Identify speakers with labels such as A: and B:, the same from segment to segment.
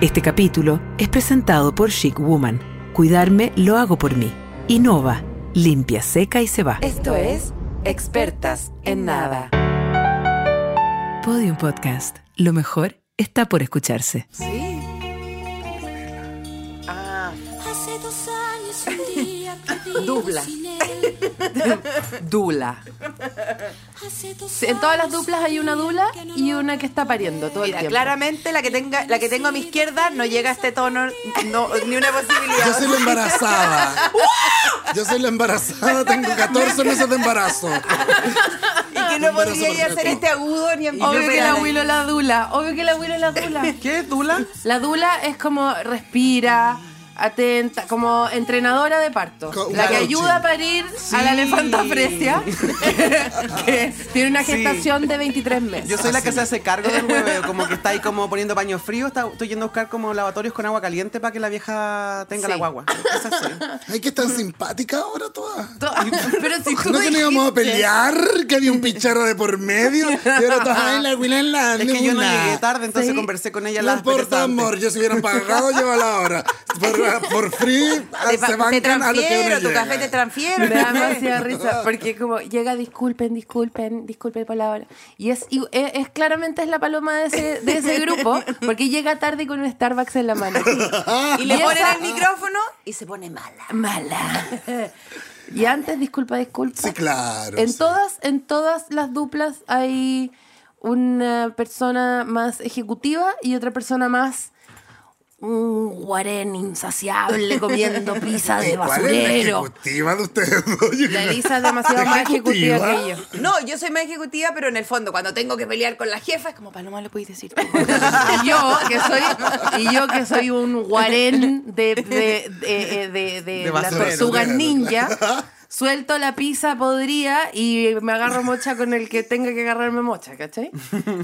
A: Este capítulo es presentado por Chic Woman. Cuidarme lo hago por mí. Innova, limpia, seca y se va.
B: Esto es Expertas en Nada.
A: Podium Podcast. Lo mejor está por escucharse.
B: Sí. Ah,
C: Hace dos años un día que vivo
B: Dupla.
C: sin él.
B: dula.
C: Hace dos
D: En todas las duplas hay una dula y una que está pariendo todo el
B: Mira,
D: tiempo.
B: claramente la que tenga, la que tengo a mi izquierda no llega a este tono, no, ni una
E: Yo
B: posibilidad.
E: soy la embarazada. Yo soy la embarazada, tengo 14 meses de embarazo.
B: y que no
E: Un brazo
B: podría ya
E: perfecto.
B: hacer este agudo ni en
D: Obvio
B: ni
D: que el
B: operar.
D: abuelo es la dula. Obvio que el abuelo es la dula.
E: ¿Qué es Dula?
D: La dula es como respira, atenta, como entrenadora de parto.
E: Co-
D: la que
E: coaching.
D: ayuda a parir a la
F: Sí.
D: elefanta fresia, que, que tiene una
F: Sí.
D: gestación de 23 meses.
F: Yo soy la que se hace cargo del hueveo, como que está ahí como poniendo paño frío, está- estoy yendo a buscar como lavatorios con agua caliente para que la vieja tenga la
D: Sí.
F: guagua. Esa soy.
E: Ay, que tan simpática ahora toda.
D: Pero si tú
E: ¿No que nos íbamos a
D: dijiste-
E: pelear? ¿Que había un pichero de por medio? Y ahora todas, ay, la Willa en la
F: Es que yo no
E: luna.
F: llegué tarde, entonces
D: Sí.
F: conversé con ella
E: No
F: la
E: importa, amor, yo si hubieran pagado, lleva la hora. Por, por free,
B: Te,
E: se
B: pa- te
E: bancan a lo que uno
B: transfiero, tu
E: llega.
B: café te transfiero.
D: Me da demasiada risa porque como llega disculpen disculpen disculpen por la hora y es y es, es- claramente es la paloma de ese, de ese grupo porque llega tarde con un Starbucks en la mano
B: Y le
D: Y
B: ponen
D: esa-
B: al micrófono y se pone mala.
D: mala y antes disculpa disculpa
E: Sí, claro.
D: en
E: sí.
D: todas en todas las duplas hay una persona más ejecutiva y otra persona más un guarén insaciable comiendo pizza de
E: ¿Cuál es la
D: basurero
E: ejecutiva de ustedes dos? Yo
D: la
E: creo-
D: Elisa es demasiado más ejecutiva que yo
B: No, yo soy más ejecutiva, pero en el fondo, cuando tengo que pelear con la jefa, es como Paloma, lo podéis decir. tú".
D: y yo que soy y yo que soy un guarén de de de, de- de- de las
F: basurero,
D: tortugas
E: claro.
D: ninja suelto la pizza podría y me agarro mocha con el que tenga que agarrarme mocha ¿cachai?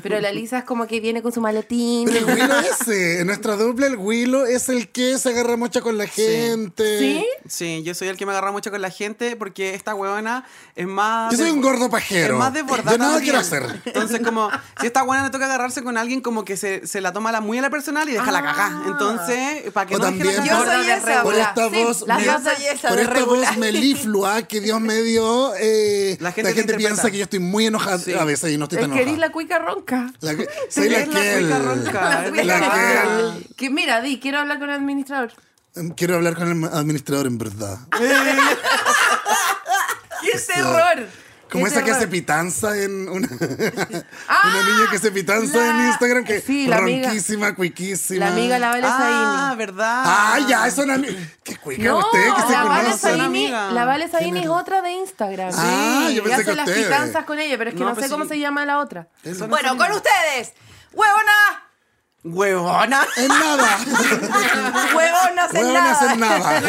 D: pero la Lisa es como que viene con su maletín
E: Pero el Willow ese, en nuestra dupla el Willow es el que se agarra mucho con la gente.
D: ¿sí?
F: Sí, yo soy el que me agarra mucho con la gente porque esta huevona es más.
E: Yo soy
F: de-
E: un gordo pajero.
F: Es más desbordada.
E: Yo nada
F: también.
E: quiero hacer.
F: Entonces, como si esta huevona le toca agarrarse con alguien, como que se, se la toma la muy a la personal y deja la cagá. Entonces, para que
E: Ah. O
F: no deje la
E: también-
F: cagá-
B: Yo soy esa,
E: Por
B: Hola.
E: esta
D: Sí,
E: voz,
D: las
E: me-
D: dos
B: soy esa
E: por
B: de
E: esta
B: regular.
E: voz meliflua que Dios me dio, eh,
F: La
E: la
F: gente
E: gente,
F: te interpreta.
E: piensa que yo estoy muy enojada
F: Sí.
E: a veces y no estoy
D: es
E: tan
D: que eres
E: enojada.
D: la cuica ronca
E: La que- soy la
F: Eres la
E: que
F: cuica ronca, eres
E: la
F: la
E: que
F: cuica.
D: que mira di quiero hablar con el administrador
E: Quiero hablar con el administrador en verdad.
D: Ah, qué terror
E: Este, Como
D: ¡Qué
E: esa que
D: terror!
E: hace pitanza en una,
D: ¡Ah!
E: una niña que se pitanza
D: La-
E: en Instagram que
D: sí, la amiga-
E: ronquísima, cuiquísima.
D: la amiga la Vale
F: Ah,
D: Zaini.
F: ¿verdad?
E: Ah, ya, es una amiga. Qué cuica
D: No,
E: usted que se
D: la Vale
E: conoce.
F: Zaini-
D: Saini,
F: Amiga.
D: la Vale Saini es otra de Instagram.
E: Ah, yo
D: y
E: pensé
D: hace
E: que
D: las
E: ustedes.
D: pitanzas con ella, pero es que
F: No,
D: no,
F: pues
D: sé cómo
F: sí.
D: se llama la otra.
B: Bueno, con ustedes, huevona,
F: Huevona.
E: Es nada.
B: huevonas en
E: Huevona
B: nada.
E: hacer nada.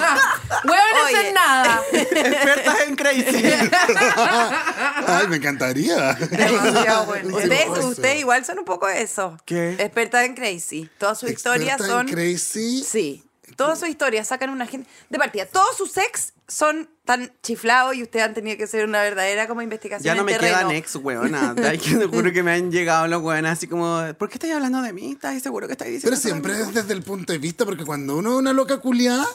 D: Ah, Huevones
B: Oye.
D: en nada.
F: Expertas en crazy.
E: Ay, me encantaría.
B: Demasiado bueno.
E: Sí,
B: Ustedes,
E: por eso.
B: ustedes igual son un poco eso.
F: ¿Qué?
B: Expertas en crazy. Todas sus historias
E: Experta
B: son.
E: en crazy.
B: Sí. Todas sus historias sacan una gente. De partida, todos sus ex son tan chiflados y ustedes han tenido que hacer una verdadera como investigación.
F: Ya no
B: en
F: me
B: terreno.
F: quedan ex, weona. Te te juro que me han llegado los weonas así como, ¿por qué estáis hablando de mí? ¿Estás seguro que estáis diciendo
E: Pero
F: eso de
E: siempre
F: mí?"
E: es desde el punto de vista, porque cuando uno es una loca culiada,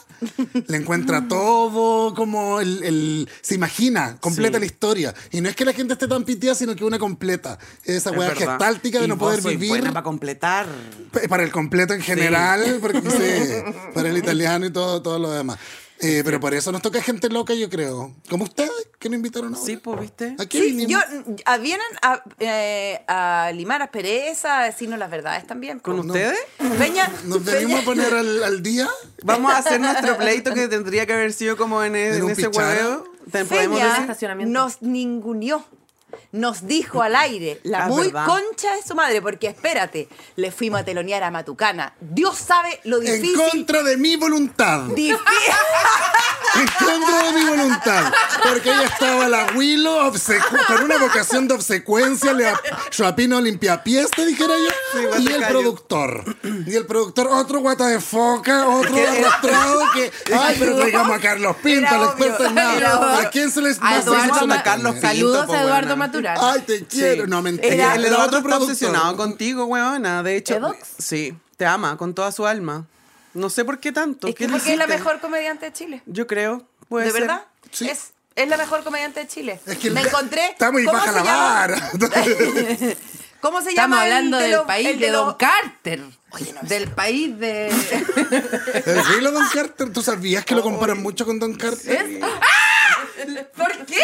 E: le encuentra todo, como el, el- se imagina, completa
F: Sí.
E: la historia. Y no es que la gente esté tan pitiada, sino que una completa. Esa
F: Es
E: hueá
F: verdad.
E: gestáltica de
F: Y
E: no
F: vos
E: poder
F: sois
E: vivir.
F: buena para completar.
E: Pa- Para el completo en general, porque sí, para el italiano y todo, todo lo demás. Eh, pero por eso nos toca gente loca, yo creo. Como ustedes, que nos invitaron ahora.
F: Sí, pues, ¿viste?
E: ¿A qué
B: Sí,
E: vinimos?
B: yo, a- vienen a, eh, a limar asperezas, a decirnos las verdades también.
F: ¿Con
B: po.
F: ustedes?
B: Peña,
E: Nos
B: Peña-
E: venimos a poner al, al día.
F: Vamos a hacer nuestro pleito que tendría que haber sido como en, e-
E: En
F: en
E: un
F: ese
E: pichar.
F: hueveo. Te podemos
B: Feña
F: decir.
D: estacionamiento.
B: nos ninguneó. Nos dijo al aire, la
F: Ah,
B: muy
F: verdad.
B: concha de su madre, porque espérate, le fuimos a telonear a Matucana. Dios sabe lo
E: En
B: difícil.
E: contra de mi voluntad.
B: difícil-
E: En contra de mi voluntad. Porque ella estaba la Willow obsecu- con una vocación de obsecuencia, le ap- Joapino limpiapiés, te dijera
F: Sí,
E: yo.
F: igual
E: y
F: te
E: el
F: callo.
E: productor. Y el productor, otro guata de foca, otro arrastrado que. Ay, pero traigamos a Carlos Pinto,
B: Era
E: el experto
B: obvio,
E: en
B: era
E: nada.
B: obvio.
E: ¿A quién se les
D: A
E: más se les
D: Eduardo
E: hizo la
D: Ma-
E: carne?
F: Carlos
D: Saludos
F: Pinto, po,
D: a Eduardo
F: buena.
D: Maturana.
E: Ay, te quiero. No, mentira.
F: el
E: Era
F: Eduardo
E: otro
F: está
E: productor.
F: obsesionado contigo, weona. De hecho,
D: ¿Edox?
F: sí. Te ama con toda su alma. No sé por qué tanto.
B: Es
F: ¿Qué
B: que
F: le
B: porque es la
F: hiciste?
B: mejor comediante de Chile.
F: Yo creo. Puede
B: ¿De
F: ser.
B: verdad?
E: Sí.
B: Es, es la mejor comediante de Chile.
E: Es que
B: Me
E: el-
B: encontré.
E: Está muy
B: ¿cómo
E: baja
B: se
E: la
B: llama?
E: vara.
B: ¿Cómo se
D: Estamos
B: llama? el
D: hablando
B: de
D: del
B: los-
D: país
B: el
D: de,
B: los-
D: Don Carter.
B: Oye, no me
D: del país de.
E: El filo Don Carter, ¿tú sabías
B: Oh.
E: que lo comparan mucho con Don Carter?
B: ¿Por qué?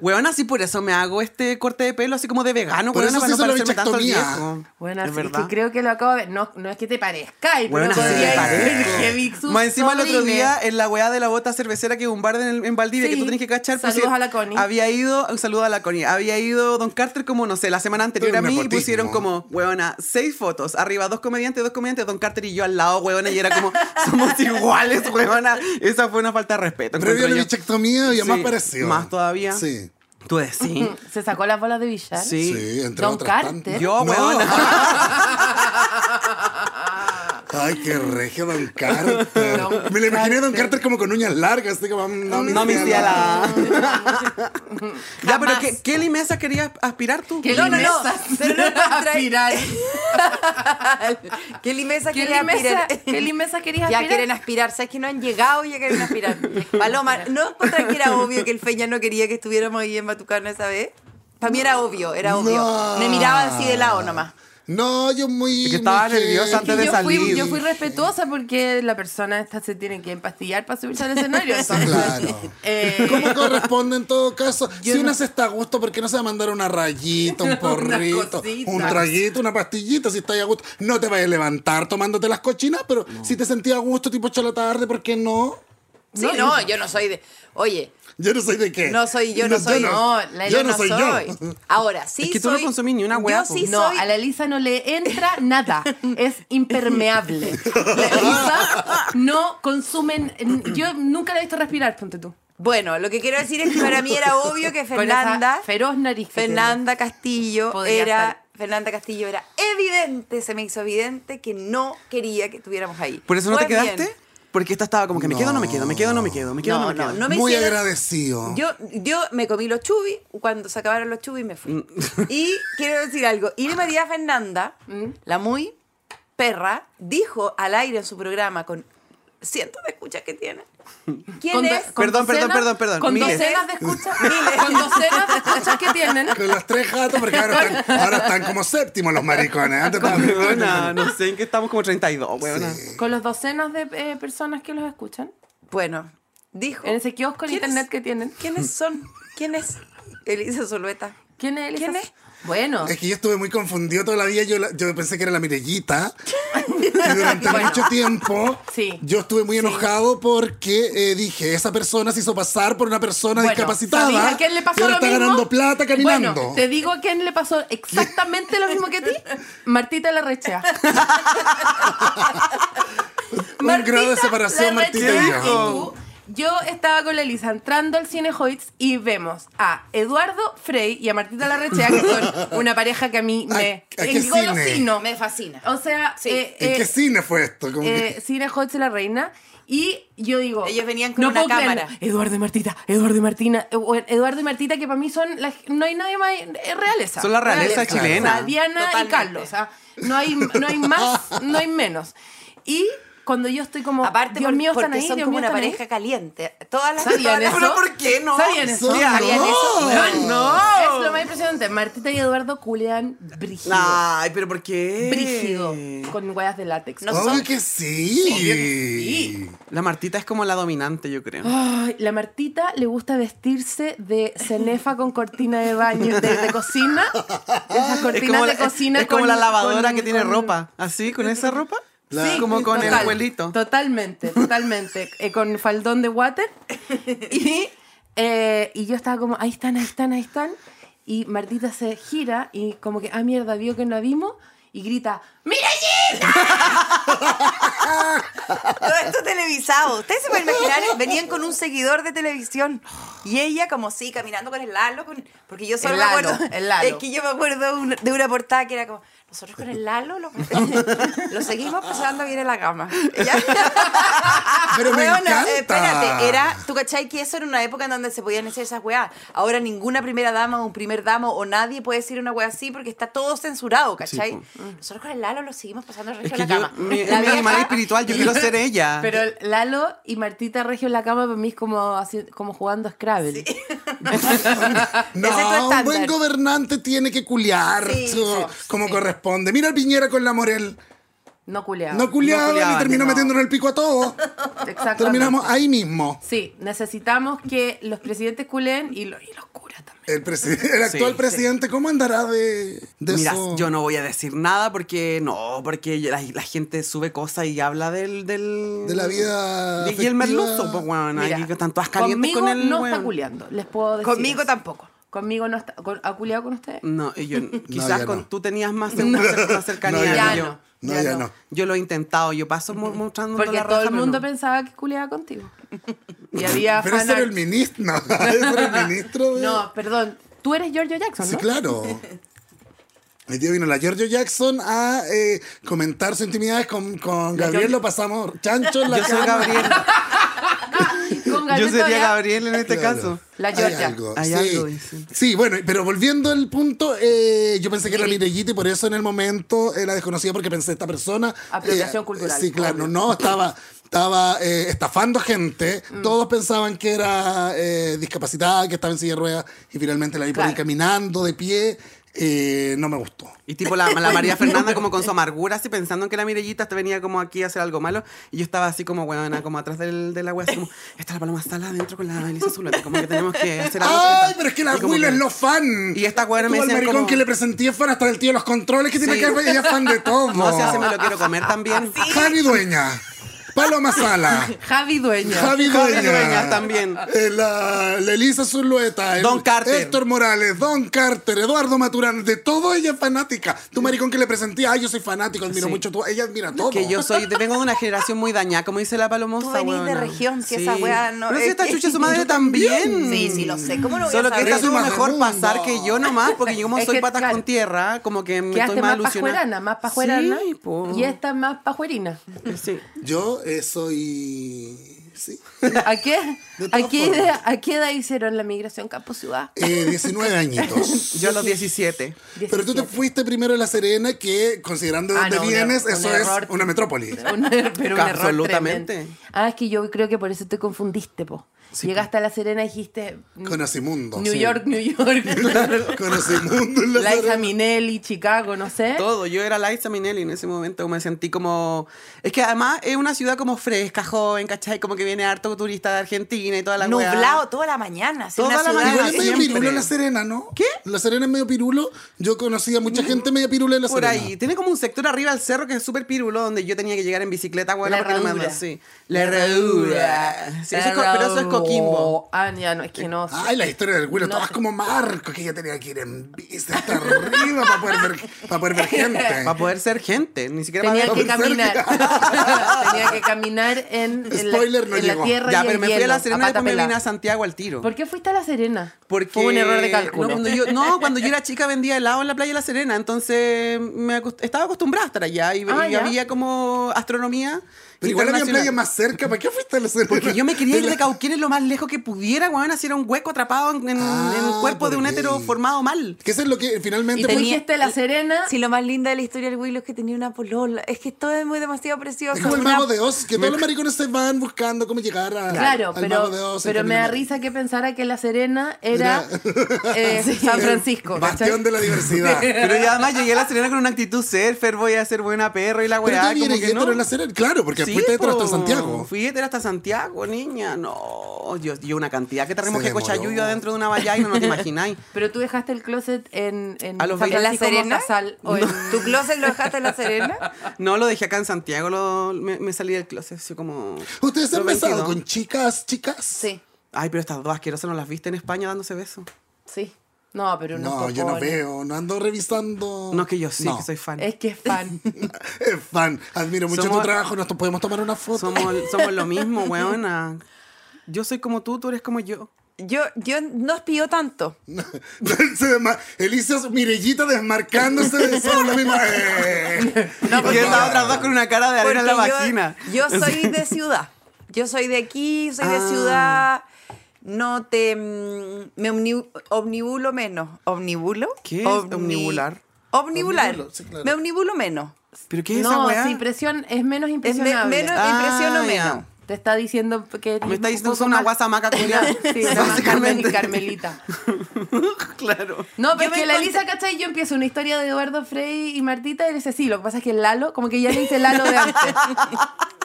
F: Weón, así por eso me hago este corte de pelo así como de vegano,
E: Por
F: weón,
E: eso
F: para
E: se
F: no
E: hizo la
F: parecerme tanto al
E: bichectomía.
F: viejo.
D: Bueno,
F: Es
D: así
F: verdad.
D: que creo que lo acabo de ver. No, no es que te parezca, ay,
F: Weón,
D: pero
F: así
D: podría
F: te
D: ser
F: parezco.
D: Heavy Sus
F: Más encima el otro
D: sobrines.
F: día en la weá de la bota cervecera que bombarden en, en Valdivia,
D: Sí.
F: que tú tenés que cachar. pues,
D: Saludos a la Connie.
F: Había ido, un saludo a la Connie. Había ido Don Carter como, no sé, la semana anterior
E: Todo
F: a
E: un
F: mí y
E: nepotismo.
F: pusieron como, weona, seis fotos. Arriba dos comediantes, dos comediantes, Don Carter y yo al lado, weona. Y era como, somos iguales, weona. Esa fue una falta de respeto.
E: Previo a la
F: encuentro yo.
E: bichectomía había más
F: Sí,
E: parecido.
F: más todavía.
E: Sí.
F: Tú decís.
D: Se sacó las bolas de billar.
F: Sí.
E: Sí, entre
D: Don
E: otras
D: Carter.
E: tantas.
F: Yo, weona.
E: Ay, qué regio Don Carter. Me lo imaginé a Don Carter como con uñas largas. Así como, "Mm, no,
F: No me
E: tía,
F: hiciste a la. ya, pero
D: Jamás.
F: ¿qué, ¿qué limesa querías aspirar tú?
D: Qué
B: No, no, no.
D: limesas.
B: Pero no encontré-
D: Aspirar.
B: ¿Qué limesa
D: ¿Qué
B: quería
D: limesa,
B: aspirar?
D: ¿Qué limesa querías
B: Ya
D: aspirar?
B: quieren aspirar, sabes que no han llegado y ya quieren aspirar. Paloma, ¿no encontrás que era obvio que el Feña no quería que estuviéramos ahí en Batucano esa vez? Para mí era obvio, era obvio.
E: No.
B: Me miraba así de lado nomás.
E: No, yo muy.
F: Es que estaba
E: muy
F: nerviosa
E: heavy.
F: antes de
D: yo, Fui,
F: salir.
D: yo fui respetuosa porque la persona esta se tiene que empastillar para subirse al escenario. entonces,
E: Claro.
D: eh,
E: ¿Cómo corresponde en todo caso?
D: Yo
E: si
D: no-
E: una se está a gusto, ¿por qué no se va a mandar una rayita, un porrito,
D: cosita.
E: un traguito, una pastillita si estás a gusto? No te vayas a levantar tomándote las cochinas, pero si te sentías a gusto, tipo ocho de la tarde, ¿por qué no?
B: Sí, no, yo no soy de. Oye,
E: Yo no soy de qué.
B: no soy, yo no, soy.
E: No,
D: la-
E: yo
D: yo
E: no, soy yo.
B: Ahora, sí.
F: Es que tú no
B: soy-
F: consumís ni una hueá,
B: Yo sí
F: po.
D: no,
B: soy.
D: a la Elisa no le entra nada. Es impermeable. La Elisa no consumen. Yo nunca la he visto respirar, ponte tú.
B: Bueno, lo que quiero decir es que para mí era obvio que
D: Con
B: Fernanda.
D: esa feroz nariz. que
B: Fernanda Castillo
D: Podría
B: era.
D: estar.
B: Fernanda Castillo era evidente, se me hizo evidente que no quería que estuviéramos ahí.
F: ¿Por eso no
B: Pues
F: te quedaste?
B: bien.
F: Porque esta estaba como que me quedo, no me quedo, me quedo, no me quedo, me quedo, no,
B: No,
F: me quedo.
B: no, no me
E: Muy
B: hicieron-
E: agradecido.
B: Yo, yo me comí los chubis, cuando se acabaron los chubis me
D: Mm.
B: fui. y quiero decir algo, Irene María Fernanda,
D: Mm.
B: la muy perra, dijo al aire en su programa con cientos de escuchas que tiene. ¿Quién
D: tiene.
B: es?
D: Con
F: Perdón, perdón, perdón, perdón.
D: Con
F: Miles.
D: docenas de escuchas.
B: Miles.
D: Con docenas de escuchas que tienen.
E: Con los tres gatos, porque ahora están, ahora están como séptimos los maricones. Antes estaban-
F: Weona, no sé en qué estamos como 32, weona.
D: Con los docenas de eh, personas que los escuchan.
B: Bueno, dijo.
D: En ese kiosco en
B: ¿Quién es?
D: internet que tienen.
B: ¿Quiénes son? ¿Quién es? Elisa Zulueta.
D: ¿Quién es Elisa?
B: ¿Quién es?
D: Bueno.
E: Es que yo estuve muy confundido toda la vida. Yo, la- yo pensé que era la Mirellita. Y durante mucho tiempo,
D: Sí.
E: yo estuve muy enojado porque eh, dije: esa persona se hizo pasar por una persona
D: Bueno,
E: discapacitada.
D: ¿sabéis ¿A quién le pasó
E: y ahora
D: lo
E: está
D: mismo?
E: ganando plata caminando.
D: Bueno, te digo a quién le pasó exactamente lo mismo que a ti. Martita Larrechea.
E: Un grado de separación, Martita
D: Larrechea
E: y
F: Larrechea.
E: yo.
D: tú. Yo estaba con la Elisa entrando al cine Hoyts y vemos a Eduardo Frey y a Martita Larrechea, que son una pareja que a mí me
E: ¿A- a qué
D: engolosino.
B: Me fascina.
D: O sea, eh,
E: ¿En
D: eh,
E: qué cine fue esto? Como que-
D: eh, Cine Hotz y la Reina. Y yo digo.
B: Ellos venían con una
D: puedo creerlo.
B: cámara.
D: Eduardo y Martita, Eduardo y Martina, eh, bueno, Eduardo y Martita, que para mí son. la- no hay nadie más. Es realeza.
F: Son la realeza chilena.
D: O sea, Diana y
B: Totalmente.
D: Carlos. O sea, no hay, no hay más, no hay menos. Y cuando yo estoy como.
B: Aparte,
D: Dios
B: por-
D: mío,
B: porque
D: están ahí,
B: son
D: Dios mío,
B: como una
D: están ahí.
B: pareja caliente. Todas las
D: ¿Sabían
B: todas las-
D: eso?
F: Pero ¿por qué no?
D: ¿Sabían eso?
E: Son-
B: ¿Sabían
E: ¡No!
B: eso?
F: Weón,
D: Es lo
F: no.
D: más impresionante. Martita y Eduardo culean brígido.
F: Ay, pero ¿por qué?
D: Brígido. Con huellas de látex.
B: No
E: Obvio
B: son-
E: que sí.
D: obvio que sí.
F: La Martita es como la dominante, yo creo.
D: Ay, la Martita le gusta vestirse de cenefa con cortina de baño, de, de cocina. Esas
F: Es
D: cortinas
F: como, la,
D: de cocina.
F: es como
D: con-
F: la lavadora
D: con-
F: que tiene
D: con-
F: ropa. ¿Así? ¿Con esa ropa?
E: La-
F: Sí, como con el
D: Total,
F: abuelito.
D: Totalmente, totalmente. Eh, con faldón de water. Y, eh, y yo estaba como, ahí están, ahí están, ahí están. Y Martita se gira y como que, ah, mierda, vio que no la vimos. Y grita, ¡Mira allí!
B: Todo esto televisado. Ustedes se pueden imaginar, venían con un seguidor de televisión. Y ella, como sí, caminando con el Lalo. con- porque yo solo
D: El
B: me
D: Lalo,
B: acuerdo.
D: el Lalo.
B: Es que yo me acuerdo un- de una portada que era como. Nosotros con el Lalo lo, lo seguimos pasando bien en la cama. Ya.
E: Pero me
B: Weona,
E: encanta.
B: eh, espérate, era, tú cachai que eso era una época en donde se podían decir esas weas. Ahora ninguna primera dama o un primer damo o nadie puede decir una wea así porque está todo censurado, ¿cachai? Nosotros con el Lalo lo seguimos pasando el
F: Es
B: resto
F: que
B: de la
F: yo,
B: cama.
F: mi, es
B: La
F: mi
B: vieja-
F: animal espiritual, yo quiero ser ella.
D: Pero Lalo y Martita Regio en la cama para mí es como, así- como jugando a Scrabble.
E: No,
B: Ese es tu
E: un
B: estándar.
E: buen gobernante tiene que culiar
B: Sí,
E: su-
B: sí,
E: como corresponde. Mira al Piñera con la Morel.
D: No culeado.
E: No culiaban y
F: culiaban,
E: terminó
F: no.
E: metiéndonos el pico a todos.
D: Exactamente.
E: Terminamos ahí mismo.
D: Sí, necesitamos que los presidentes culeen y, lo- y los curas también.
E: El, presi- el actual
F: Sí.
E: presidente, ¿cómo andará de, de
F: Mira,
E: su-
F: yo no voy a decir nada porque no, porque la, la gente sube cosas y habla del. del
E: De la vida
F: Y el
E: afectiva.
F: merluzo, pues, weón.
D: Mira,
F: Aquí que están todas calientes
D: conmigo
F: con el.
D: no
F: weón.
D: está culeando, les puedo decir.
B: Conmigo
D: eso.
B: tampoco.
D: Conmigo no está. con- ¿Ha culeado con ustedes?
F: No, y yo, quizás
E: ya
F: con,
E: no.
F: tú tenías más, más cer- más cercanía.
E: No, ya
F: que
D: no.
F: yo.
E: No,
D: Ya
E: ya
D: no.
E: no.
F: Yo lo he intentado, yo paso mo- mostrando
D: Porque
F: la
D: todo
F: raja,
D: el
F: pero
D: mundo
F: no.
D: pensaba que culeaba contigo. Y había
E: Pero ese
D: fanart.
E: era el ministro. No, ese era el ministro. de-
D: No, perdón. Tú eres Giorgio Jackson,
E: Sí,
D: ¿no?
E: claro. El día vino la Giorgio Jackson a eh, comentar sus intimidades con, con Gabriel. Lo pasamos chancho en la
F: Yo soy
E: cama.
F: Gabriel.
D: Con
F: Yo
D: Gabriel
F: sería
D: Toya.
F: Gabriel en este
E: Claro.
F: caso.
D: La
E: Hay
D: Georgia.
E: algo,
F: Hay
E: sí.
F: algo, dicen.
E: Sí, bueno, pero volviendo al punto, eh, yo pensé que era Mirellita y por eso en el momento eh, la desconocía porque pensé esta persona.
D: Apropiación
E: eh,
D: cultural,
E: Sí, claro,
D: obvio.
E: no, estaba, estaba eh, estafando gente.
D: Mm.
E: Todos pensaban que era eh, discapacitada, que estaba en silla de ruedas y finalmente la vi por ahí
D: Claro.
E: caminando de pie. Eh, no me gustó.
F: Y tipo la, la María Fernanda como con su amargura, así pensando en que la Mirellita te venía como aquí a hacer algo malo. Y yo estaba así como, weona, como atrás del, de la wea, así como, está la paloma sala adentro con la Elisa Zuleta, como que tenemos que hacer algo.
E: ¡Ay, pero es que la
F: Y como
E: Will
F: que-
E: es lo fan!
F: Y esta weona me
E: Tú al
F: decían
E: maricón
F: como-
E: que le presenté es fan hasta del tío de los controles que tiene
F: Sí.
E: que ver, ella es fan de todo.
F: No, si hace me lo quiero comer también.
E: Javi Dueña, Paloma Sala.
D: Javi Dueño.
E: Javi
F: Javi
E: Dueña.
F: Dueñas también.
E: Eh, la, la Elisa Zulueta. el
F: Don Carter.
E: Héctor Morales, Don Carter, Eduardo Maturán. De todo ella es fanática. Tu maricón que le presenté, ay, yo soy fanático, admiro
F: Sí.
E: mucho todo. Ella admira todo.
F: Que yo soy, de- vengo de una generación muy dañada, como dice la palomosa.
B: Tú venís de
F: weona.
B: región, si esa wea no-
F: Pero si esta chucha su madre
B: Yo
F: también.
B: Sí, sí, lo sé. ¿Cómo lo voy
F: Solo
B: a
F: que
B: saber?
F: esta
E: Soy
F: tuvo
E: más del
F: mejor
E: mundo.
F: pasar que yo nomás, porque yo como
D: Es
F: soy
D: que,
F: patas
D: claro,
F: con tierra, como que me
D: Quedaste
F: estoy
D: más
F: más ilusionada.
D: pajuerana, más pajuerana.
F: Sí, po.
D: Y esta más pajuerina.
F: Sí.
E: Yo, eh, soy. Sí.
D: ¿A qué,
E: De todas
D: a, qué
E: formas.
D: edad, a qué edad hicieron la migración Capo Ciudad?
E: Eh, 19 añitos.
F: Yo a los 17.
E: Pero tú te fuiste primero a La Serena, que considerando de
D: Ah,
E: dónde
D: no, un
E: vienes,
D: error, un
E: eso
D: error.
E: es una metrópoli.
D: Un er- pero un error
F: Absolutamente.
D: tremendo. Ah, es que yo creo que por eso te confundiste, po. Llegaste a La Serena y dijiste... mm,
E: Conocimundo.
D: New
E: Sí.
D: York, New York.
E: Conocimundo en La
D: Liza
E: Serena.
D: Minelli, Chicago, no sé.
F: Todo, yo era Liza Minelli en ese momento, me sentí como... Es que además es una ciudad como fresca, joven, ¿cachai? Como que viene harto turista de Argentina y toda la weá.
B: Nublado toda la mañana. así,
F: Toda
B: una
F: la
B: ciudad
F: mañana,
E: Igual es
B: así.
E: medio
F: siempre.
E: pirulo La Serena, ¿no?
F: ¿Qué?
E: La Serena es medio pirulo. Yo conocía a
D: Mm.
E: mucha gente media pirula de La
F: Por
E: Serena.
F: ahí. Tiene como un sector arriba del cerro que es súper pirulo, donde yo tenía que llegar en bicicleta, weón,
D: La
F: porque no me
D: herradura.
F: andaba así. La herradura. Sí, eso es co- pero eso es Coquimbo.
D: Ah, ya, no, es que no. sé.
E: Ay, la historia del güero,
D: No
E: todas
D: sé.
E: como Marco, que ya tenía que ir en bici hasta arriba para poder ver, para poder ver gente.
F: Para poder ser gente, ni siquiera para
D: Tenía
F: ver-
D: que
E: Vamos
D: caminar. Tenía que caminar en, en la-
E: Spoiler, no
D: en la,
E: llegó.
D: tierra.
F: Ya,
D: y
F: pero
D: el
F: me fui a
D: hielo,
F: La Serena y
D: pata
F: después me
D: pelada.
F: vine a Santiago al tiro.
D: ¿por qué fuiste a La Serena?
F: Porque
D: Fue un error de cálculo.
F: No, cuando yo, no, cuando yo era chica vendía helado en la playa de La Serena, entonces me acost- estaba acostumbrada a estar allá y,
D: Ah,
F: y
D: ya.
F: había como astronomía.
E: Pero igual había playas
F: internacional.
E: más cerca. ¿Para qué fuiste a la Serena?
F: Porque yo me quería ir de Cauquenes lo más lejos que pudiera, weón, así era un hueco atrapado en, en-
E: Ah,
F: en el cuerpo de
E: por
F: un
E: ahí.
F: hétero formado mal.
E: Que eso es lo que finalmente.
D: y te
E: fue-
D: dijiste La Serena.
B: Sí, lo más linda de la historia del Willow es que tenía una polola. Es que todo es muy demasiado precioso.
E: Es como el
B: Una-
E: mago de Oz, que todos los maricones se van buscando cómo llegar a,
D: Claro,
E: al mago de
D: pero,
E: Oz.
D: pero
E: el
D: me da
E: camino.
D: risa que pensara que La Serena era eh, San Francisco. ¿cachai?
E: Bastión de la diversidad.
F: Pero ya además llegué a la Serena con una actitud surfer, voy a ser buena perro y la
E: Pero
F: weá.
E: tú vienes
F: como que
E: yendo
F: no.
E: a la Serena. Claro, porque
F: Sí,
E: fuiste detrás
F: po.
E: hasta Santiago.
F: Fui hetero hasta Santiago, niña. No, yo, yo una cantidad que te remojé
E: demoró.
F: cochayuyo adentro de una vallaina, no te imagináis.
D: Pero tú dejaste el closet en, en
F: A los
D: San
F: veinte.
B: ¿En La
D: Francisco
B: Serena?
D: Mostazal o en-
B: ¿Tu closet lo dejaste en La Serena?
F: No, lo dejé acá en Santiago, lo- me, me salí del closet, así como...
E: ¿Ustedes se
F: los
E: han besado
F: 22.
E: con chicas, chicas?
D: Sí,
F: Ay, pero estas dos asquerosas no las viste en España dándose besos.
D: sí. No, pero unos
E: No, yo no
D: cocones.
E: veo, no ando revisando.
F: No, que yo sí,
E: No.
F: que soy fan.
D: Es que es fan.
E: Es fan, admiro mucho
F: Somos-
E: tu trabajo, nos to- podemos tomar una foto.
F: Somos, somos lo mismo, weona. Yo soy como tú, tú eres como yo.
B: Yo, yo no espío tanto.
E: Se desma- Elisa Mirellita desmarcándose de somos la misma. Eh.
F: No, porque
E: no.
F: las otras dos con una cara de arena en la
B: Porque yo-
F: vagina.
B: Yo soy de ciudad. Yo soy de aquí, soy de
F: Ah.
B: ciudad. No te. mm, Me omni- omnibulo menos. ¿Omnibulo?
F: ¿Qué es omnibular?
B: Omnibular.
E: Omnibulo, sí, claro.
B: Me omnibulo menos.
F: ¿Pero qué es esa
D: No,
F: weá?
D: si presión es menos
B: Es me-
D: impresionable.
B: menos
F: Ah,
B: impresiono
F: ya.
B: menos.
D: Te está diciendo que...
F: Me está diciendo que
D: un poco
F: soy una
D: más-
F: guasamaca culiada.
D: Sí, la más
F: básicamente.
D: Carmen- Carmelita.
F: claro.
D: No,
B: Yo
D: pero
B: me
D: es que la
B: encontré-
D: Elisa, ¿cachai? Yo empiezo una historia de Eduardo Frey y Martita y le dice, sí, lo que pasa es que Lalo, como que ya le dice Lalo de antes.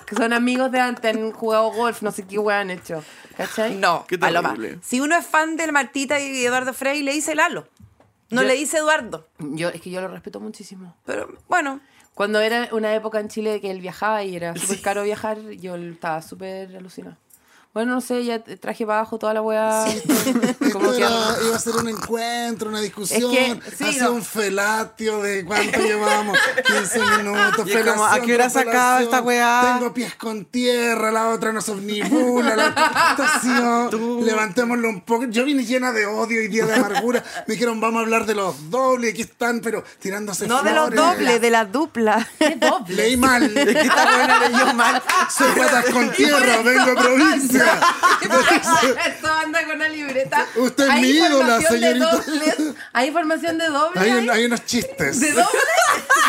D: que son amigos de antes, han jugado golf, no sé qué weá han hecho. ¿Cachai?
B: No,
F: Qué
B: Paloma.
F: terrible.
B: Si uno es fan de Martita y Eduardo Frey, le dice Lalo. No
D: Yo-
B: le dice Eduardo.
D: Yo, es que yo lo respeto muchísimo.
B: Pero bueno,
D: Cuando era una época en Chile que él viajaba y era súper caro viajar, yo estaba súper alucinada. Bueno, no sé, ya traje para abajo toda la weá. Como
E: Esto
D: que- ah.
E: era- iba a ser un encuentro, una discusión.
D: Es que, sí,
E: hacía
D: no.
E: un felatio de cuánto llevamos, 15 minutos.
F: Y es como, ¿a qué hora
E: se
F: sacaba esta weá?
E: Tengo pies con tierra, la otra nos omnibula, la otra esto ha sido- Levantémoslo un poco. Yo vine llena de odio y día de amargura. Me dijeron, vamos a hablar de los dobles, aquí están, pero tirándose
B: no de los
E: flores.
B: dobles, de las duplas.
E: Leí mal.
F: Esta buena leyó mal.
E: Soy patas con tierra, vengo de provincia.
D: Esto anda con una libreta.
E: Usted es
D: Hay
E: mi ídola,
D: información de
E: señorita.
D: dobles. Hay información de dobles.
E: Hay,
D: ahí?
E: un- hay unos chistes.
D: ¿De dobles?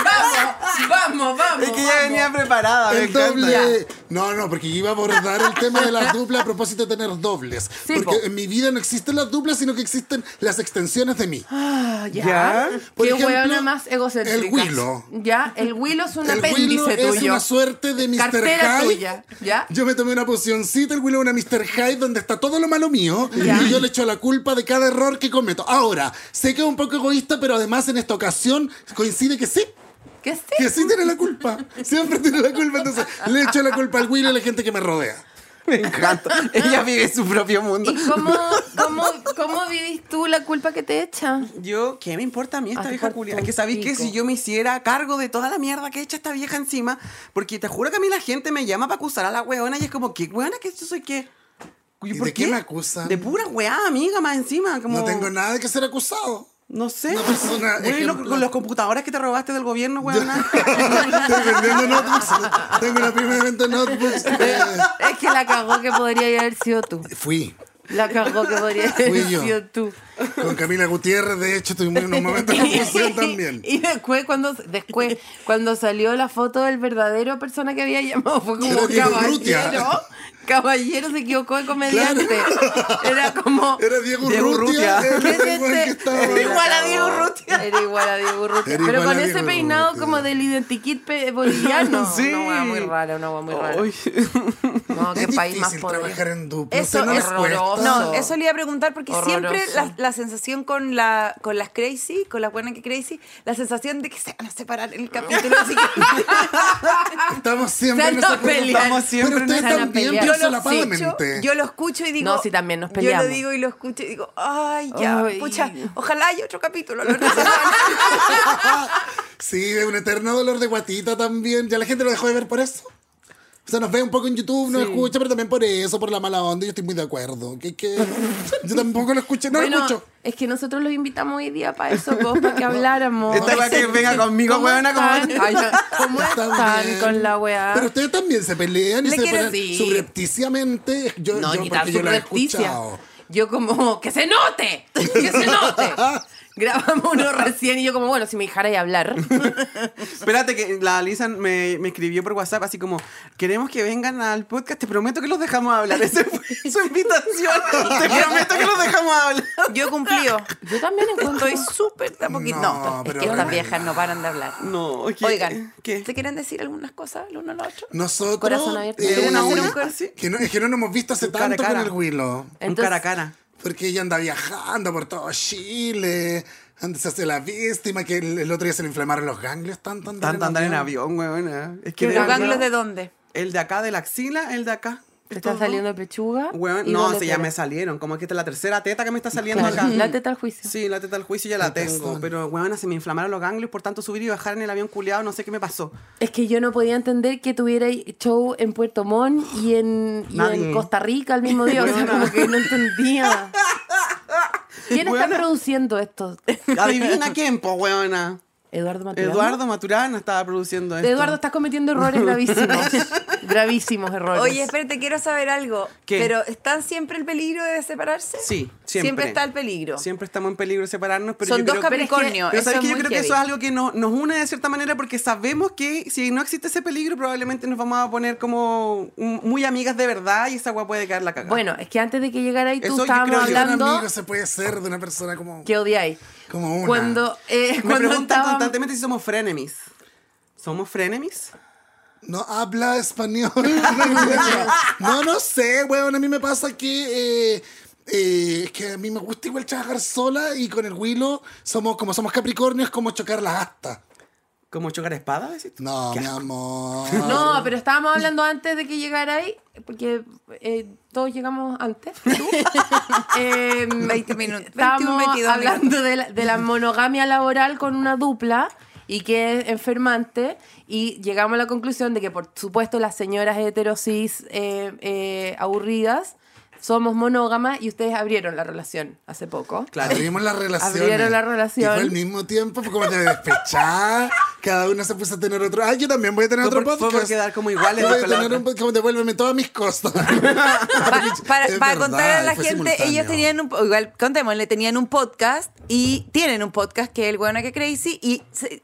D: vamos, vamos, vamos.
F: Es que ya venía
D: Ah,
F: preparada. me
E: El
F: encanta.
E: doble. No, no, porque yo iba a abordar el tema de las duplas a propósito de tener dobles.
D: Sí,
E: porque
D: po.
E: en mi vida no existen las duplas, sino que existen las extensiones de mí.
D: Ah, ya.
F: Ya.
E: Por
D: Qué
E: ejemplo,
D: hueona más egocéntrica.
E: el Willow.
D: Ya, el Willow es un
E: el Willow
D: apéndice
E: es
D: tuyo.
E: una suerte de Mr.
D: Cartera
E: Hyde.
D: tuya. Ya.
E: Yo me tomé una pocioncita, el Willow es una Mr. Hyde donde está todo lo malo mío
D: Ya.
E: y yo le echo la culpa de cada error que cometo. Ahora, sé que es un poco egoísta, pero además en esta ocasión coincide que sí,
D: ¿Qué sí?
E: que sí tiene la culpa. Siempre tiene la culpa, entonces le echo la culpa al Willow y a la gente que me rodea.
F: Me encanta. Ella vive su propio mundo.
D: ¿Y cómo, cómo, cómo vivís tú la culpa que te echa?
F: Yo, ¿qué me importa a mí esta
D: Ah, te
F: vieja
D: importa
F: culia?
D: un
F: Que sabéis que
D: pico.
F: si yo me hiciera cargo de toda la mierda que echa esta vieja encima, porque te juro que a mí la gente me llama para acusar a la weona y es como, ¿qué weona que yo soy qué? ¿Y
E: de qué me acusan?
F: De pura weá, amiga, más encima. Como,
E: No tengo nada de que ser acusado.
F: No sé.
E: Una persona
F: Güey, lo-
E: ejemplar.
F: con los computadores que te robaste del gobierno, weona.
E: Estoy vendiendo notebooks. Tengo la primera venta de notebooks. Eh,
D: Es que la cagó que podría haber sido tú.
E: Fui.
D: La cagó que podría haber
E: Fui yo.
D: sido tú.
E: Con Camila Gutiérrez, de hecho, tuvimos unos momentos de confusión también.
D: Y después cuando, después, cuando salió la foto del verdadero persona que había llamado, fue como
E: Era Diego
D: caballero.
E: Urrutia.
D: Caballero se equivocó de comediante. Era como. "Ah,
E: Era Diego
F: Diego
E: Urrutia.
F: Urrutia.
E: Era el weón que estaba.
D: este?". Era igual a Diego
F: Urrutia.
D: Era igual a Diego Urrutia.
E: Era
D: Pero
E: igual
D: con
E: a
D: ese
E: Diego
D: peinado
E: Urrutia.
D: como del identikit pe- boliviano.
F: Sí.
D: Una hueá muy rara, una hueá muy rara.
F: Ay.
D: No, qué
E: Es
D: país más
E: difícil
D: pobre.
E: trabajar en dupla.
B: Eso
E: Eso no
B: es
E: les
D: horroroso.
E: cuesta.
B: No, eso le iba a preguntar porque siempre
D: Horroroso.
B: la, la sensación con, la, con las crazy, con las buenas que crazy, la sensación de que se van a separar en el capítulo. Así
E: Estamos siempre
D: Se
E: en esa
D: nos pelean.
E: pregunta.
F: Estamos siempre
E: Pero
F: en
E: ustedes
D: esa
E: también
D: pelea.
B: yo,
E: piensan
B: lo escucho,
E: lapamente.
B: yo lo escucho y digo.
D: No, sí, también nos
B: Yo
D: peleamos.
B: lo digo y lo escucho y digo, ay, ya,
D: Ay.
B: pucha, ojalá haya otro capítulo. la otra semana".
E: Sí, es un eterno dolor de guatita también. Ya la gente lo dejó de ver por eso. O sea, nos ve un poco en YouTube, nos escucha, pero también por eso, por la mala onda. Yo estoy muy de acuerdo. Que, que... Yo tampoco lo escuché, no lo
D: Bueno,
E: escucho.
D: es que nosotros los invitamos hoy día para eso, vos, para que habláramos.
F: Esta weá que venga conmigo,
D: ¿Cómo
F: weona, como-
D: están? Ay, ¿Cómo
E: Está
D: están
E: bien.
D: con la weá?
E: Pero ustedes también se pelean y
B: Le
E: se
B: quiero
E: pelean
D: decir-
E: subrepticiamente. Yo,
D: No,
E: yo,
D: ni tan
E: porque yo lo he
D: subrepticia.
E: escuchado.
D: Yo como, ¡que se note! ¡Que se note! Grabamos uno recién y yo como, bueno, si me dejara de hablar.
F: Espérate, que la Lisa me, me escribió por WhatsApp así como, queremos que vengan al podcast, te prometo que los dejamos hablar. Esa fue su invitación. Te prometo que los dejamos hablar.
B: Yo he cumplido.
D: Yo también encuentro...
B: Estoy súper tampoco.
E: No,
B: No,
E: pero
B: es que estas
E: bueno.
B: viejas no paran de hablar.
F: No, ¿qué?
B: Oigan,
F: ¿qué?
B: ¿se quieren decir algunas cosas el uno al otro?
E: Nosotros.
D: Corazón abierto.
E: eh,
B: ¿Quieren
E: una
B: hacer un
E: una-
B: cor-
F: sí?
E: que no, es que no nos hemos visto hace
F: Un cara a
E: tanto
F: cara.
E: con el Willow.
F: Un
D: Entonces-
F: cara a cara.
E: Porque ella anda viajando por todo Chile. Antes se hace la víctima, que el, el otro día se le inflamaron los ganglios. Tan, tan,
F: Tanto andar en avión, weón. ah. Es que
B: ¿Los
F: de verdad-
B: ganglios de dónde?
F: El de acá, de la axila, el de acá.
D: Te están saliendo pechuga.
F: Weón,
D: y
F: no,
D: dolor
F: sí, ya
D: de-
F: me salieron. Como que esta es la tercera teta que me está saliendo
D: Claro,
F: acá.
D: La teta al juicio.
F: Sí, la teta al juicio ya la tengo. Pero, weón, se me inflamaron los ganglios por tanto subir y bajar en el avión culiado. No sé qué me pasó.
D: Es que yo no podía entender que tuviera show en Puerto Montt y en, y
F: Nadie.
D: en Costa Rica al mismo día. O sea,
F: Weona.
D: como que no entendía. ¿Quién está
F: Weona.
D: produciendo esto?
F: Adivina quién, po, weona.
D: Eduardo Maturana.
F: Eduardo Maturana estaba produciendo esto.
D: Eduardo, estás cometiendo errores gravísimos. Gravísimos errores.
B: Oye, espérate, quiero saber algo.
F: ¿Qué?
B: ¿Pero están siempre el peligro de separarse?
F: Sí, siempre.
B: está el peligro.
F: Siempre estamos en peligro de separarnos, pero
B: Son
F: yo
B: dos
F: creo- pero es que-
B: Capricornio,
F: Pero
B: eso
F: sabes
B: es
F: que yo
B: muy
F: creo que
B: heavy.
F: eso es algo que no- nos une de cierta manera porque sabemos que si no existe ese peligro probablemente nos vamos a poner como un- muy amigas de verdad y esa agua puede caer la cagada.
D: Bueno, es que antes de que llegara ahí tú
F: Eso yo
D: estábamos
F: creo que era
E: ¿Qué tan
D: hablando
E: amigo se puede ser de una persona como,
D: que odiáis.
E: como una?
D: Cuando, eh,
F: me
D: cuando
F: preguntan
D: estábamos-
F: constantemente si somos frenemies. ¿Somos frenemies?
E: No habla español. no, no sé, weón. A mí me pasa que. eh, eh, es que a mí me gusta igual trabajar sola y con el Willow somos como somos Capricornio, es como chocar las astas.
F: ¿Como chocar espada? decís tú?
E: No,
F: Qué
E: mi
F: asco.
E: amor.
D: No, pero estábamos hablando antes de que llegara ahí, porque eh, todos llegamos antes. tú. Eh,
B: 20 minutos. 21,
D: Estábamos
B: 22
D: hablando de la, de la monogamia laboral con una dupla y que es enfermante y llegamos a la conclusión de que por supuesto las señoras heterosis eh, eh, aburridas somos monógamas y ustedes abrieron la relación hace poco.
F: Claro.
E: Abrimos la relación.
D: Abrieron la relación.
E: Y fue al mismo tiempo, fue como de despechar. Cada uno se puso a tener otro. Ay, yo también voy a tener
F: Fue
E: otro
F: por- fue
E: podcast.
F: por quedar como iguales,
E: Yo Voy a
F: dijo la
E: tener
F: otra.
E: un podcast como devuélveme todas mis cosas.
B: Pa- para
E: Es
B: para
E: verdad,
B: contar a la
E: fue
B: gente,
E: simultáneo.
B: ellos tenían un po- igual contémosle, tenían un podcast y tienen un podcast que es el Buena que Crazy y se,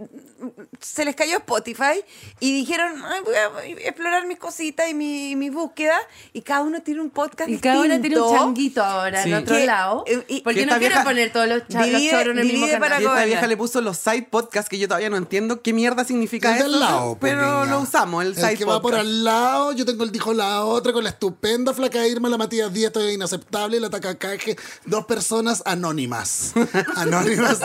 B: se les cayó Spotify y dijeron, "Ay, voy a explorar mis cositas y mi, mis búsquedas y cada uno tiene un podcast
D: Y cada uno tiene un
B: distinto.
D: changuito ahora
F: Sí.
D: en otro
B: Que-
D: lado.
B: eh, y-
D: porque
F: que
D: no
F: esta
D: quiero
F: vieja
D: poner todos los, cha- los
B: divide-
D: choros en el mismo
B: divide
D: canal.
B: para
F: Y esta
B: Bueno.
F: vieja le puso los side podcasts que yo todavía no entiendo qué mierda significa
E: El de
F: eso.
E: al lado, pues,
F: pero
E: niña.
F: lo usamos, el
E: El
F: side
E: que va
F: podcast.
E: por al lado, yo tengo el dijo la otra con la estupenda flaca Irma, la Matías Díaz, estoy inaceptable, la Tacacaje, dos personas anónimas. Anónimas.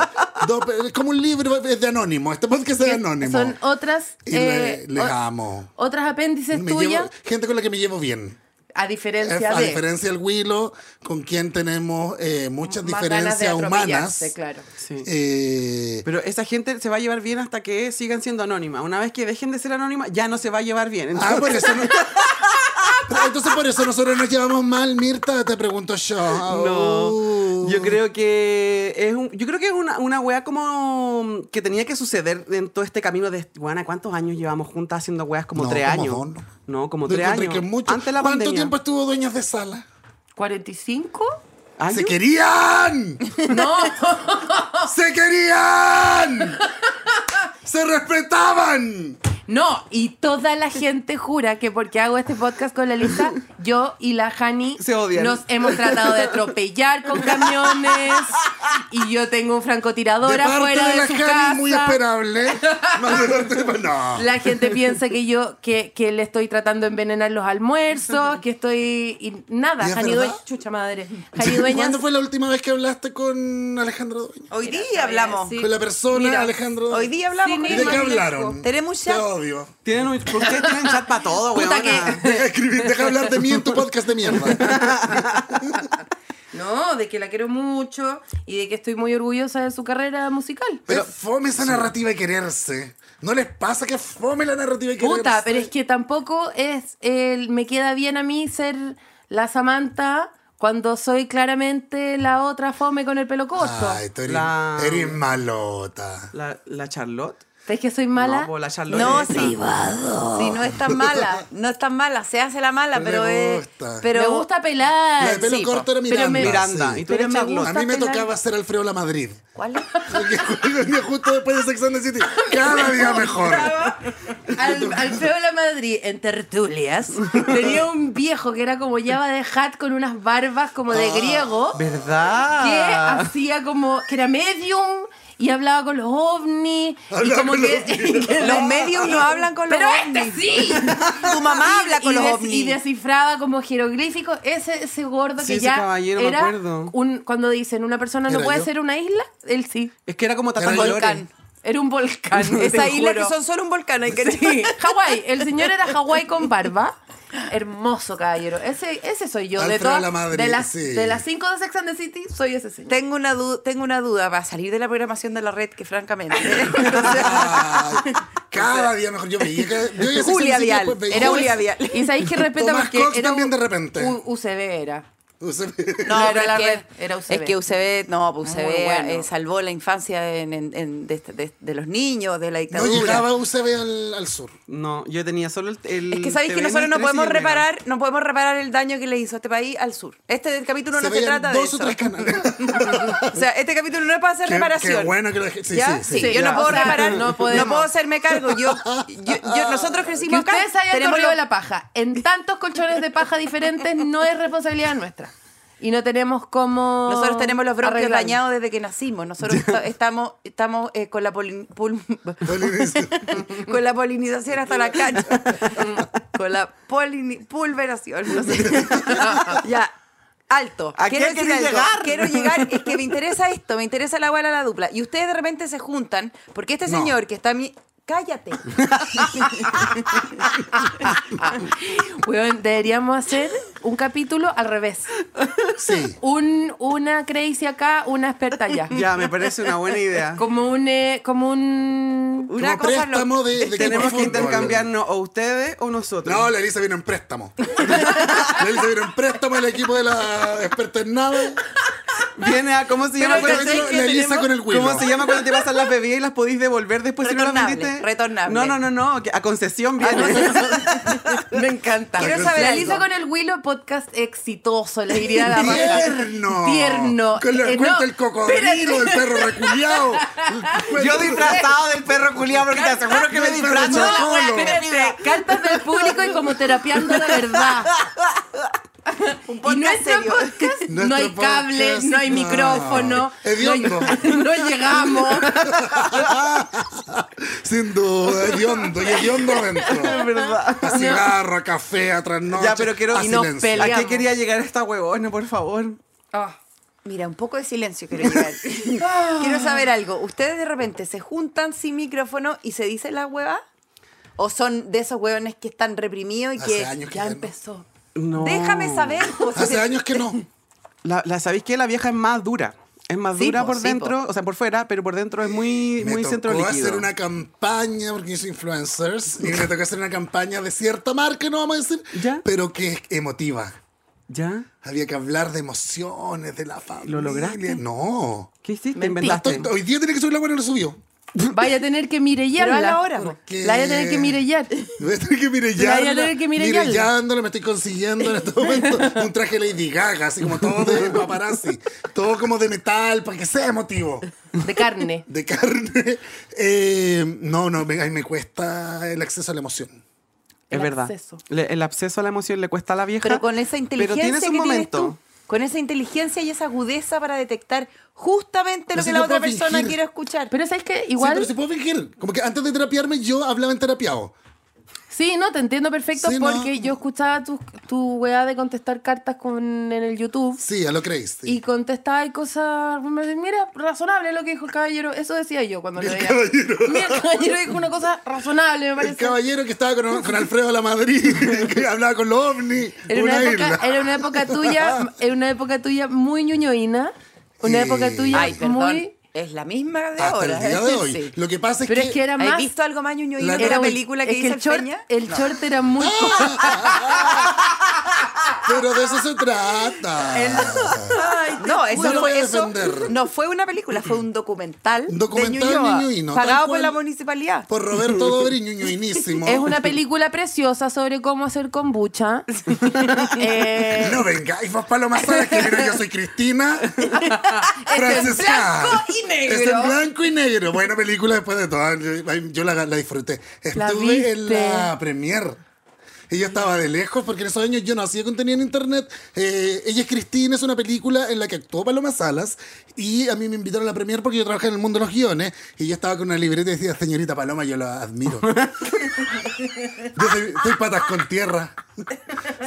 E: dos pe- es como un libro es de anónimo, este podcast es de anónimo.
D: Son otras.
E: Y le-
D: eh,
E: les
D: o-
E: amo.
D: Otras apéndices
E: Me llevo-
D: tuyas,
E: gente con la que me llevo bien.
D: a
E: Es-
D: diferencia
E: a
D: de.
E: diferencia del Willow, con quien tenemos eh, muchas
D: más ganas de
E: diferencias humanas.
D: atropellarse, Claro.
F: Sí.
E: Eh,
F: Pero esa gente se va a llevar bien hasta que sigan siendo anónima. Una vez que dejen de ser anónima, ya no se va a llevar bien.
E: Ah,
F: Entonces,
E: por eso no- Ah, Entonces por eso nosotros nos llevamos mal, Mirta, te pregunto yo.
F: no. Yo creo que es un- yo creo que es una, una wea como que tenía que suceder en todo este camino de Guana, ¿cuántos años llevamos juntas haciendo weas? Como
E: No,
F: tres
E: como
F: años.
E: dos, no.
F: No, como
E: Yo
F: tres
E: encontré
F: años.
E: que mucho-
F: Antes de la
E: ¿Cuánto
F: pandemia.
E: tiempo estuvo dueñas de sala?
D: ¿45?
F: ¿Años?
E: ¡Se querían!
D: No,
E: ¡Se querían! ¡Se respetaban!
D: no. Y toda la gente jura que porque hago este podcast con la Lisa, yo y la Hani
F: Se odian.
D: nos hemos tratado de atropellar con camiones. Y yo tengo un francotirador
E: De parte
D: afuera
E: de
D: de,
E: la
D: su
E: Cami, muy
D: casa.
E: esperable. Más de parte de- no.
D: La gente piensa que yo que, que le estoy tratando de envenenar los almuerzos, que estoy y nada,
E: ¿Y es
D: Jani
E: verdad?
D: Dueñas, chucha madre. Jani Dueñas,
E: ¿Cuándo fue la última vez que hablaste con Alejandro Dueñas?
B: Hoy
D: Mira,
B: día hablamos.
D: sí.
E: Con la persona
D: Mira,
E: Alejandro Dueñas.
B: Hoy día hablamos.
D: Sí,
B: con
E: ¿De
D: ni
E: qué
B: Irma Milenko.
E: hablaron?
B: Tenemos un
E: Te
B: chat.
E: odio.
F: Tienen un- ustedes tienen chat para todo, weón.
D: Puta
E: Deja de escribir, deja de hablar de mí en tu podcast de mierda.
D: no, de que la quiero mucho y de que estoy muy orgullosa de su carrera musical.
E: Pero fome esa narrativa de quererse. ¿No les pasa que fome la narrativa de quererse?
D: Puta, pero es que tampoco es el me queda bien a mí ser la Samantha cuando soy claramente la otra fome con el pelo corto.
E: Ay, tú eres,
F: La-
E: eres malota.
F: La, la Charlotte.
D: ¿Sabes que soy mala?
F: No, po, la Charlotte.
B: No,
F: es esa.
B: sí.
E: Ah.
B: Sí, no es tan mala. No es tan mala. Se hace la mala,
E: Pero
B: pero,
E: me
B: es.
E: gusta.
D: pero,
B: Pero
D: me gusta
E: La
D: pelar.
E: de pelo
D: sí, po.
E: corto era
D: Pero
E: Miranda.
D: me-
F: Miranda,
E: sí.
F: y tú
D: Pero
F: eres
D: me
F: Charlotte.
E: A
D: gusta
E: mí me
D: pelar.
E: tocaba ser Alfredo La Madrid.
B: ¿Cuál es?
E: Justo después de Sex and the City. Cada día mejor.
D: Al, Alfredo de la Madrid, en tertulias, tenía un viejo que era como Java de Hat con unas barbas como
E: Ah.
D: de griego, que
F: ¿Verdad?
D: hacía como, que era medium y hablaba con los ovnis. Y
E: Hablaba
D: como
E: con los
D: que,
E: ovnis.
D: que
B: Los medios no hablan con los
D: Pero
B: ovnis.
D: este sí.
B: Tu mamá habla con
D: y
B: los
D: des-
B: ovnis.
D: Y descifraba como jeroglíficos. Ese, ese gordo
F: Sí,
D: que
F: ese
D: ya
F: caballero, me
D: era
F: acuerdo.
D: un, cuando dicen una persona no
E: ¿Era
D: puede
E: yo?
D: ser una isla, él sí.
F: Es que era como Tata
E: Era
F: Colores.
B: Volcán.
D: Era un volcán.
B: Esa
D: te
B: isla que
D: juro.
B: son solo un volcán, hay que
D: Sí, Hawái. El señor era Hawái con barba. Hermoso caballero. Ese, ese soy yo. De,
E: Alfredo
D: todas,
E: la Madrid,
D: de, las,
E: sí.
D: de las cinco de Sex and the City, soy ese señor.
B: Tengo una, du- tengo una duda para salir de la programación de la red, que francamente.
E: Ay, Cada día mejor. Yo veía que. Yo veía Sex and the
B: Julia
E: City,
B: Vial.
E: después veía-
B: Era
D: un-
B: Julia Vial.
D: Y sabéis que respeto
E: Tomás
D: porque
E: Cox
D: era
E: también
D: un-
E: de repente.
D: U- UCB era.
E: UCB.
B: No,
D: No,
B: pero
D: pero
B: la
D: es
B: red.
D: que era UCB.
B: Es que UCB, no, pues
D: Ah, Muy
B: UCB
D: bueno.
B: eh, salvó la infancia en- en- en- de, esta- de- de los niños, de la
E: No
B: dictadura.
E: llegaba UCB al, al sur.
F: No, yo tenía solo el. el
B: es que sabéis que
F: TVN,
B: nosotros no
F: el 13 y
B: podemos
F: el Mega.
B: reparar, no podemos reparar el daño que le hizo este país al sur. Este del capítulo no se,
E: veían
B: trata de
E: dos
B: eso.
E: o tres canales.
B: O sea, este capítulo no es para hacer
E: Qué-
B: reparación.
E: qué bueno que lo dejé- sí,
B: ¿Ya?
E: sí, sí,
B: yo
D: ya.
B: no puedo
D: O sea,
B: reparar,
D: no
B: no,
D: podemos.
B: puedo hacerme cargo. Yo, yo- yo- nosotros
D: Que
B: crecimos acá.
D: ustedes hayan
B: tenemos
D: corrido
B: lo-
D: de la paja en tantos colchones de paja diferentes no es responsabilidad nuestra. Y no tenemos como.
B: Nosotros tenemos los bronquios
D: arreglarlo.
B: dañados desde que nacimos. Nosotros esta- estamos, estamos eh, con, la polin- pul- con la polinización hasta la cacha. con la polini- pulveración. no sé. ya. Alto.
F: ¿A qué
B: decir
F: querés
B: algo.
F: llegar?
B: Quiero llegar. Es que me interesa esto, me interesa la bala a la dupla. Y ustedes de repente se juntan, porque este
E: No.
B: señor que está a mi. Cállate.
D: Weón, deberíamos hacer un capítulo al revés.
E: Sí.
D: Un, una crazy acá, una experta allá.
F: Ya, me parece una buena idea.
D: Como un. eh, como un.
B: Una
E: Como
B: cosa lo-
E: préstamo de, de equipo de
F: Tenemos que
E: fútbol.
F: intercambiarnos o ustedes o nosotros.
E: No, la Elisa vino en préstamo. la Elisa vino en préstamo el equipo de la experta en nada. Ah,
F: Viene a. ¿Cómo se
E: Pero
F: llama?
E: el
F: cuando-
E: cachai que La Elisa tenemos- con el Willow.
F: ¿Cómo se llama cuando te pasan las bebidas y las podís devolver después si no las
B: Retornable,
F: vendiste?
B: retornable.
F: No, no, no, no. que A concesión
E: Ah,
F: viene.
D: Me encanta.
B: Quiero saber
D: La
B: algo.
D: Elisa con el Willow podcast exitoso, le diría la Rafa.
E: Tierno.
D: Tierno.
E: Con la
D: Eh,
E: cuenta
D: no,
E: el cocodrilo, el perro reculeado. pues,
F: Yo disfrazado del perro culiado porque te aseguro que me disfrazo de la
E: Protocolo.
F: wea querida.
D: Cartas del público y como terapiando de verdad.
B: Un
D: Y
B: podcast
D: nuestro
B: serio.
D: podcast no hay
E: Nuestro
D: cable,
E: podcast, Ah,
D: no hay
E: no.
D: micrófono.
E: Hediondo.
D: No, hay- no llegamos.
E: Sin duda, hediondo. Y hediondo
F: Es
E: adentro.
F: verdad.
E: A cigarro, a café, a trasnoche.
F: Ya, pero quiero-
E: a
F: Y nos
E: silencio.
D: pele-
F: ¿A
D: Peleamos.
F: qué quería llegar esta huevona, por favor?
B: Ah. Mira, un poco de silencio quiero llegar. quiero saber algo. ¿Ustedes de repente se juntan sin micrófono y se dicen la hueva? ¿O son de esos huevones que están reprimidos y
E: Hace
B: que
E: años que
B: ya
E: ya no.
B: empezó?
F: No.
B: Déjame saber. pues, si
E: Hace
B: se-
E: años que no.
F: La, la- ¿Sabéis que la vieja es más dura? Es más
B: Sí,
F: dura
B: po,
F: por
B: sí,
F: dentro, o sea, por fuera, pero por dentro es muy,
E: Me
F: muy
E: tocó
F: centro líquido.
E: hacer una campaña, porque yo soy influencers, y me tocó hacer una campaña de cierta marca, no vamos a decir,
F: Ya.
E: pero que es emotiva.
F: ¿Ya?
E: Había que hablar de emociones, de la familia.
F: ¿Lo lograste?
E: No.
F: ¿Qué hiciste?
E: La
F: Inventaste.
E: estoy- hoy día tiene que subir la buena y lo subió.
D: Vaya a tener que
B: Pero
D: mirellarla.
B: a la hora. po.
E: ¿Qué?
D: La vaya a tener que mirellar.
E: Voy a tener que
D: La voy
E: mirellarla.
D: a tener que mirellarla.
E: mirellándole, me estoy consiguiendo en este momento un traje Lady Gaga, así como todo de paparazzi. Todo como de metal, para que sea emotivo.
D: De carne.
E: De carne. Eh, no, no, me, ay, me cuesta el acceso a la emoción.
F: Es
D: El
F: verdad.
D: acceso.
F: Le- el acceso a la emoción le cuesta a la vieja.
B: Pero con esa inteligencia
F: Pero tienes
B: que
F: un
B: tienes
F: momento.
B: tú. Con esa inteligencia y esa agudeza para detectar justamente
E: Pero
B: lo que
E: si
B: la
E: yo
B: otra
E: puedo
B: persona
E: fingir.
B: quiere escuchar.
D: Pero sabes que
E: Sí,
D: igual.
E: pero si puedo fingir. Como que antes de terapiarme yo hablaba en terapiado.
D: Sí, no, te entiendo perfecto
E: Sí, no.
D: porque yo escuchaba tu, tu weá de contestar cartas con, en el YouTube
E: Sí, a lo creéis. sí.
D: y contestaba y cosas. Mira, razonable lo que dijo el caballero. Eso decía yo cuando lo veía.
E: caballero.
D: Mira, el caballero dijo una cosa razonable, me
E: El
D: parece.
E: caballero que estaba con, con Alfredo de la Madrid, que hablaba con los ovnis.
D: Era
E: una,
D: una,
E: isla.
D: época, era una época tuya, era una época tuya muy ñoñoína. Una
E: Sí.
D: época tuya
B: Ay, perdón.
D: muy.
B: Es la misma de
E: Hasta
B: ahora.
E: el día
B: ¿eh?
E: de hoy.
B: Sí.
E: Lo que pasa es
D: Pero
E: que.
D: es que era
B: ¿Has
D: más.
B: visto algo más ñoño
E: La-
B: de
E: era
B: la
D: un-
B: película que
D: es
B: hizo
D: el short,
B: Peña?
D: el short era muy. corto.
E: Pero de eso se trata.
B: No, eso
E: No lo
B: fue,
E: voy a
B: eso
E: defender.
B: no fue una película, fue un documental,
E: Un documental
B: de Ñuñoa,
E: ñuñoíno, tal
B: pagado por
E: cual.
B: la municipalidad.
E: Por Roberto Dobri, ñuñuinísimo.
D: Es una película preciosa sobre cómo hacer kombucha. Eh,
E: No vengáis vos, Paloma Salas, que mira, yo soy Cristina. Francisca.
B: blanco y negro.
E: Es en blanco y negro. Buena película después de todo. Yo- Yo la, la disfruté.
D: La
E: Estuve en
D: viste.
E: la premier. Y yo estaba de lejos porque en esos años yo no hacía contenido en internet. Eh, Ella es Cristina, es una película en la que actuó Paloma Salas. Y a mí me invitaron a la premier porque yo trabajé en el mundo de los guiones. Y yo estaba con una libreta y decía, señorita Paloma, yo la admiro. Yo soy, soy patas con tierra.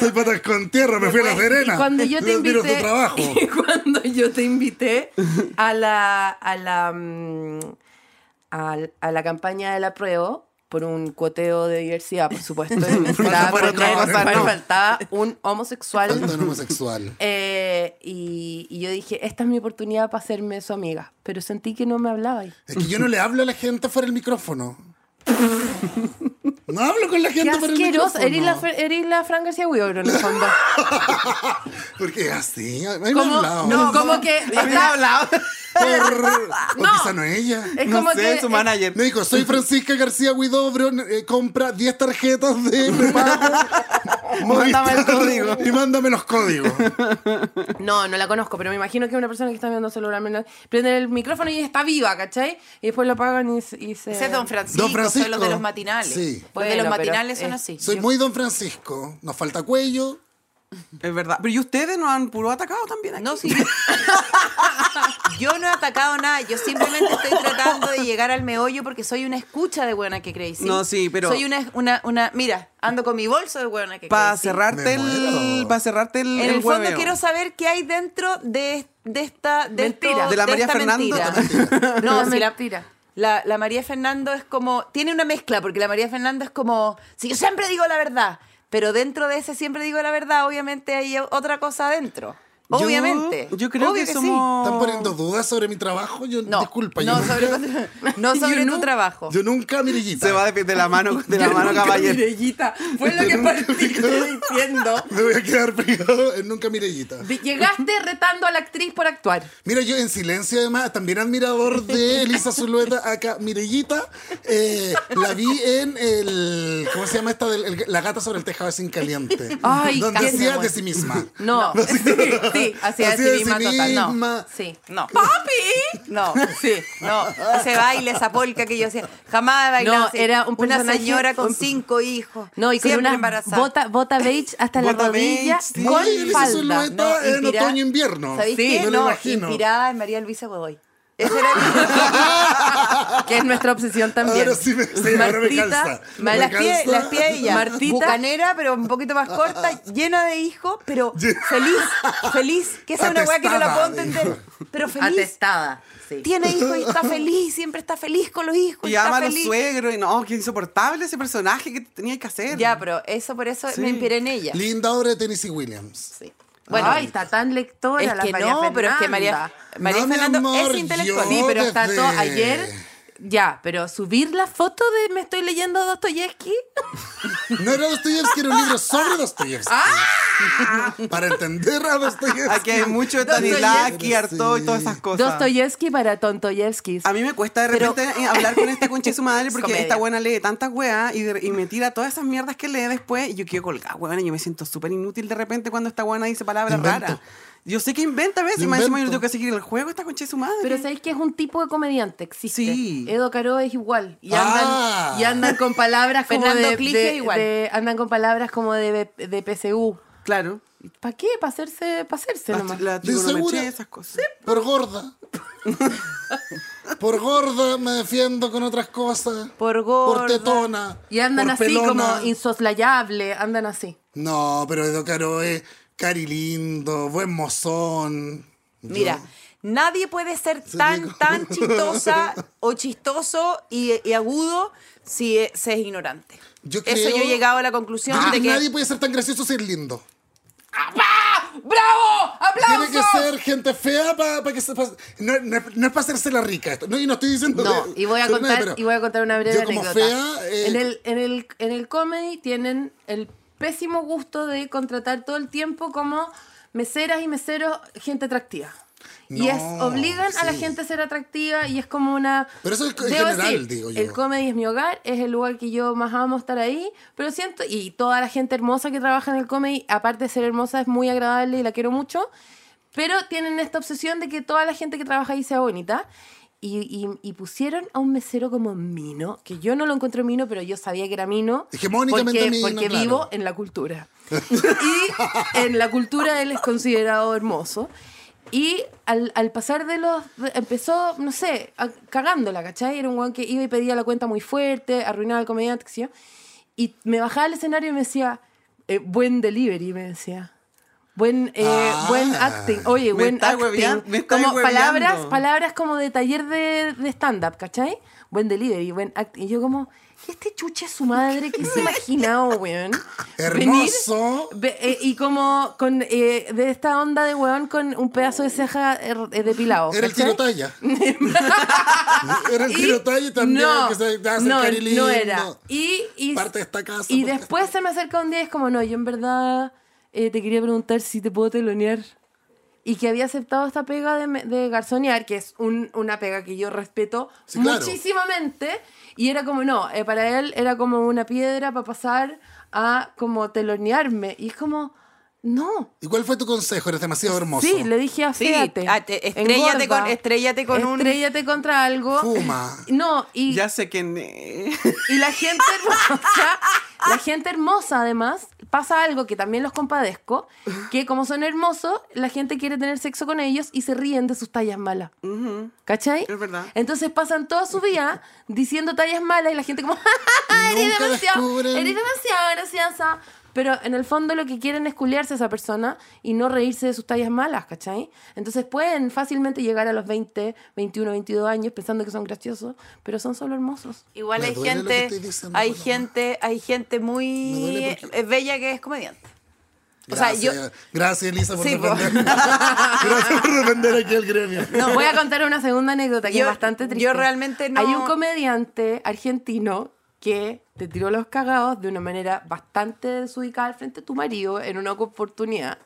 E: Soy patas con tierra, me fui a la Serena.
D: Y cuando yo te
E: Los admiro
D: invité.
E: su trabajo.
D: y cuando yo te invité a la. a la. mm, al- a, la campaña del apruebo por un cuoteo de diversidad, por supuesto. y me faltaba
E: por otra
D: poner-
E: cosa,
D: me
E: no.
D: faltaba un homosexual.
E: Tanto en homosexual.
D: Eh, y, y yo dije, esta es mi oportunidad para hacerme su amiga. Pero sentí que no me hablabais.
E: Es que yo no le hablo a la gente fuera del micrófono. No hablo con la
D: Qué
E: gente por el
D: asqueroso.
E: micrófono.
D: Eres la, Fer- eres la Fran García Huidobro en el fondo.
E: Porque así, a mí me ha
D: Como,
E: hablado.
D: no, como que.
F: A mí me ha
D: está-
F: hablado.
E: Por- O
D: No.
E: quizá no ella.
D: es
F: No
D: como
F: sé,
D: que.
F: su manager.
E: Me dijo, soy Francisca García Huidobro, eh, compra 10 tarjetas de prepago.
F: Mándame el
E: Movistar,
F: código.
E: Y mándame los códigos.
D: No, no la conozco, pero me imagino que es una persona que está viendo celular menor, prende el micrófono y está viva, ¿cachai? Y después lo apagan y, se- y se.
B: Ese es Don Francisco,
E: Don Francisco.
B: son los de los matinales.
E: Sí.
B: Los de
D: Bueno,
B: los
D: pero
B: matinales son
D: es-
B: así.
E: Soy muy Don Francisco. Nos falta cuello.
F: Es verdad. Pero ¿y ustedes no han puro atacado también aquí?
B: No, sí. yo no he atacado nada. Yo simplemente estoy tratando de llegar al meollo porque soy una escucha de buena que crazy.
F: No, sí, pero-
B: Soy una, una, una. Mira, ando con mi bolso de buena que
F: Para
B: crazy.
F: cerrarte
E: Me
F: el.
E: muero.
F: Para cerrarte el.
B: En el, fondo
F: hueveo.
B: quiero saber qué hay dentro de, de esta de
D: Mentira.
B: esto-
F: De la María
B: esta
F: Fernando.
B: mentira.
D: Una
B: No, si la-
D: mentira.
B: La, la María Fernando es como tiene una mezcla porque la María Fernando es como si yo siempre digo la verdad, pero dentro de ese siempre digo la verdad, obviamente hay otra cosa adentro.
F: Yo-
B: Obviamente.
F: Yo, creo
B: Obvio
F: que,
B: sí.
F: somos.
E: ¿Están poniendo dudas sobre mi trabajo? Yo,
B: No,
E: disculpa,
B: no
E: yo
B: sobre,
E: nunca,
B: no sobre
D: Yo
B: tu
D: nu-
B: trabajo.
E: yo nunca, Mirellita.
F: Se va de, de la mano, de la
D: Yo
F: mano
D: nunca,
F: caballero.
D: Mirellita, fue lo que partiste diciendo.
E: Me voy a quedar pegado en nunca Mirellita.
D: Vi- Llegaste retando a la actriz por actuar.
E: Mira, yo en silencio además, también admirador de Elisa Zulueta, acá Mirellita, eh, la vi en el, ¿cómo se llama esta? del- el- la gata sobre el tejado sin caliente.
D: Ay,
E: donde
D: qué
E: hacía
D: bueno.
E: de sí misma.
D: No, sí, sí, hacía de
E: Hacía de
D: sí misma
E: sí
D: total. No,
E: misma.
D: sí.
B: No.
D: ¡Papi!
B: No, sí, no. Ese baile, esa polca que yo hacía. Jamás he bailado
D: No,
B: así.
D: era un
B: una
D: personaje-
B: señora con
D: un-
B: cinco hijos.
D: No, y con
B: siempre
D: una
B: embarazada.
D: bota, bota beige hasta
F: Bota
D: la rodilla
F: beige, sí.
D: con
E: Muy Elisa
D: falda.
E: Zulueta
B: No,
E: en
B: inspira-
E: otoño-invierno.
B: ¿Sabéis
E: Sí,
B: qué?
E: me lo
B: No,
E: imagino.
B: inspirada en María Luisa Godoy. Ese era el-
D: Que es nuestra obsesión también.
E: Ahora sí me- sí, ahora me calza.
D: Ma-
E: Me
D: las
B: las
E: calza.
B: pie, las pie ella.
D: Martita.
B: Bucanera, pero un poquito más corta, llena de hijos, pero
E: Ye-
B: feliz, feliz. Que esa es una weá que no la puedo
E: Atestada,
B: entender. Pero
D: pie-
B: feliz.
D: Atestada. Sí.
B: Tiene hijos y está feliz, siempre está feliz con los hijos.
F: Y
B: está
F: ama a los
B: feliz.
F: suegros. Y no, qué insoportable ese personaje que tenía que hacer.
B: Ya, pero eso por eso me inspiré en ella.
E: Linda obra de Tennessee Williams.
B: Sí.
D: Bueno,
B: Bueno,
D: Ay, está tan lectora
B: es
D: la
B: que
D: María
B: no, pero es que María,
D: Fernanda.
B: María
E: No, mi
B: Fernando
E: amor,
B: es intelectual.
E: yo-
D: Sí, pero
E: desde-
D: está todo ayer. Ya, pero subir la foto de me estoy leyendo Dostoyevsky.
E: No era Dostoyevsky, era un libro sobre Dostoyevsky.
D: Ah.
E: Para entender a Dostoyevsky.
F: Aquí hay mucho de Tanilaki,
E: Dostoyevsky.
F: Arto y todas esas cosas.
D: Dostoyevsky para Tontoyevskis.
F: A mí me cuesta de repente eh, hablar con este conche su madre porque
D: comedia.
F: esta buena lee tantas weas y, de- y me tira todas esas mierdas que lee después y yo quiero colgar, weón, y yo me siento súper inútil de repente cuando esta buena dice palabras
E: Invento.
F: raras. Yo sé que inventa a veces, y más
E: Invento.
F: encima yo tengo que seguir el juego esta conche su madre.
D: Pero sabéis que es un tipo de comediante, existe.
F: Sí.
D: Edo Caro es igual. Y andan,
E: Ah.
D: y andan con palabras como
B: Fernando
D: de,
B: Clige
D: de-
B: igual.
D: de- Andan con palabras como de, de PSU.
F: claro.
D: ¿Para qué? Para hacerse, para hacerse
F: La,
D: nomás.
F: la
E: ¿De
F: trigonometría
E: segura?
F: y esas cosas.
E: Por gorda. Por gorda me defiendo con otras cosas.
B: Por gorda.
E: Por tetona.
D: Y andan
E: por
D: así
E: pelona.
D: como insoslayable, andan así.
E: No, pero Edo Caro es cari lindo, buen mozón. Yo-
B: Mira, nadie puede ser
E: Se
B: tan,
E: llegó.
B: tan chistosa o chistoso y, y agudo si e- se es ignorante.
E: Yo
B: Eso
E: creo-
B: yo he llegado a la conclusión
E: Yo creo
B: de
E: que
B: que
E: Ah, nadie puede ser tan gracioso sin lindo.
D: ¡Bravo!
E: Tiene que
D: ¡Aplausos!
E: ser gente fea para que se pas- No, no, es- no es para hacerse la rica esto. No, y no estoy diciendo.
D: No,
E: que-
D: y voy a
E: pero-
D: contar,
E: pero
D: y voy a contar una breve
E: yo como
D: anécdota.
E: fea, eh,
D: en, el, en, el, en el comedy tienen el pésimo gusto de contratar todo el tiempo como meseras y meseros gente atractiva. y es
E: No,
D: obligan a la
E: sí.
D: gente a ser atractiva y es como una
E: Pero eso es en
D: Debo
E: general, digo yo.
D: El comedy es mi hogar, es el lugar que yo más amo estar ahí, pero siento y toda la gente hermosa que trabaja en el comedy, aparte de ser hermosa, es muy agradable y la quiero mucho. Pero tienen esta obsesión de que toda la gente que trabaja ahí sea bonita. Y, y- y pusieron a un mesero como Mino, que yo no lo encontré Mino, pero yo sabía que era Mino.
E: Hegemónicamente
D: porque,
E: Mino,
D: Porque
E: claro.
D: vivo en la cultura. y en la cultura él es considerado hermoso. Y al, al pasar de los... de- empezó, no sé, a- cagándola, ¿cachai? Era un weón que iba y pedía la cuenta muy fuerte, arruinaba el comediante, qué sé yo. Y me bajaba al escenario y me decía, eh, buen delivery, me decía. Buen, eh,
E: Ah.
D: buen acting. Oye,
F: Me
D: buen
F: está
D: acting.
F: huevean- me está
D: como
F: hueveando.
D: palabras, palabras como de taller de, de stand-up, ¿cachai? Buen delivery, buen acting. Y yo como, este chuche su madre que se imaginado, weón.
E: Hermoso.
D: Venir, ve- eh, y como con eh, de esta onda de weón con un pedazo de ceja eh, eh, depilado.
E: Era el
D: ¿cachai?
E: tiro talla. Era el tiro talla y también
D: no,
E: que se hace
D: no,
E: cari lindo.
D: no era. Y, y-
E: Parte de esta casa,
D: Y
E: parte de
D: después se me acerca un día y es como, no, yo en verdad eh, te quería preguntar si te puedo telonear. Y que había aceptado esta pega de, me- de garzonear, que es un- una pega que yo respeto
E: Sí, claro.
D: muchísimamente. Y era como, no, eh, para él era como una piedra para pasar a como telonearme. Y es como, no.
E: ¿Y cuál fue tu consejo? Eres demasiado hermoso.
D: Sí, le dije aféate.
B: ah, te- estréllate
D: engorda,
B: con- estréllate con un-
D: Estréllate contra algo.
E: Fuma.
D: No, y
F: Ya sé quién es.
D: y la gente hermosa, la gente hermosa además, pasa algo que también los compadezco, que como son hermosos, la gente quiere tener sexo con ellos y se ríen de sus tallas malas. ¿Cachai?
F: Es verdad.
D: Entonces pasan toda su vida diciendo tallas malas y la gente como, "Ja, ja, ja, eres
E: Nunca
D: demasiado,
E: descubren.
D: eres demasiado graciosa. Pero en el fondo lo que quieren es culiarse a esa persona y no reírse de sus tallas malas, ¿cachai? Entonces pueden fácilmente llegar a los 20, 21, 22 años pensando que son graciosos, pero son solo hermosos.
B: Igual
E: Me
B: hay
E: duele lo que
B: gente,
E: estoy diciendo,
B: hay
E: pero-
B: gente, hay gente muy
E: Me duele porque-
B: eh, bella que es comediante. O sea,
E: Gracias,
B: yo
E: gracias Elisa, por
B: Sí, po.
E: defender. gracias por defender aquí el gremio.
D: No, voy a contar una segunda anécdota que
B: Yo-
D: es bastante triste.
B: yo realmente no-
D: Hay un comediante argentino que te tiró los cagados de una manera bastante desubicada al frente de tu marido en una oportunidad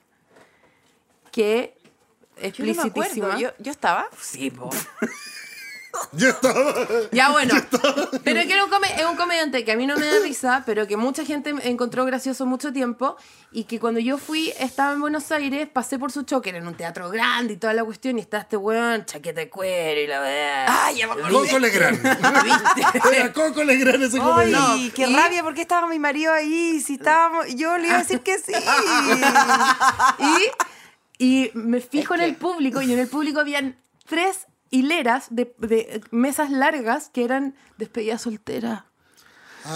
D: que
B: yo no me
D: explicitísima.
B: acuerdo. Yo, yo estaba.
D: Sí, po.
E: Yo estaba.
D: Ya bueno. Pero que era un come- es un comediante que a mí no me da risa, pero que mucha gente encontró gracioso mucho tiempo. Y que cuando yo fui, estaba en Buenos Aires, pasé por su choque, era en un teatro grande y toda la cuestión, y está este weón, chaqueta de cuero y la verdad.
B: ¡Ay, ya me acordé.
E: Coco Legrand. Era Coco Legrand ese
B: Ay,
E: comediante.
B: qué rabia, porque estaba mi marido ahí. Si estábamos, yo le iba a decir que sí.
D: Y, y me fijo en el público, y en el público habían tres hileras de, de mesas largas que eran despedida soltera.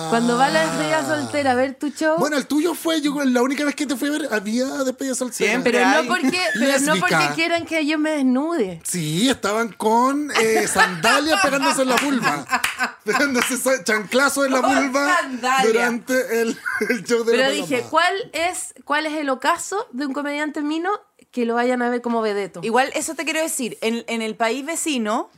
D: Cuando va la despedida soltera a ver tu show.
E: Bueno, el tuyo fue, yo la única vez que te fui a ver, había despedida soltera.
F: Siempre.
D: pero no
F: Ay,
D: porque, pero no
E: lésbica.
D: porque quieran que yo me desnude.
E: Sí, estaban con eh, sandalias pegándose en la vulva. Pegándose sa- chanclazo en la
B: Con
E: vulva
B: sandalias.
E: durante el, el show de la
D: Pero
E: paloma.
D: dije, ¿cuál es, ¿cuál es el ocaso de un comediante mino que lo vayan a ver como vedeto?
B: Igual, eso te quiero decir. En, en el país vecino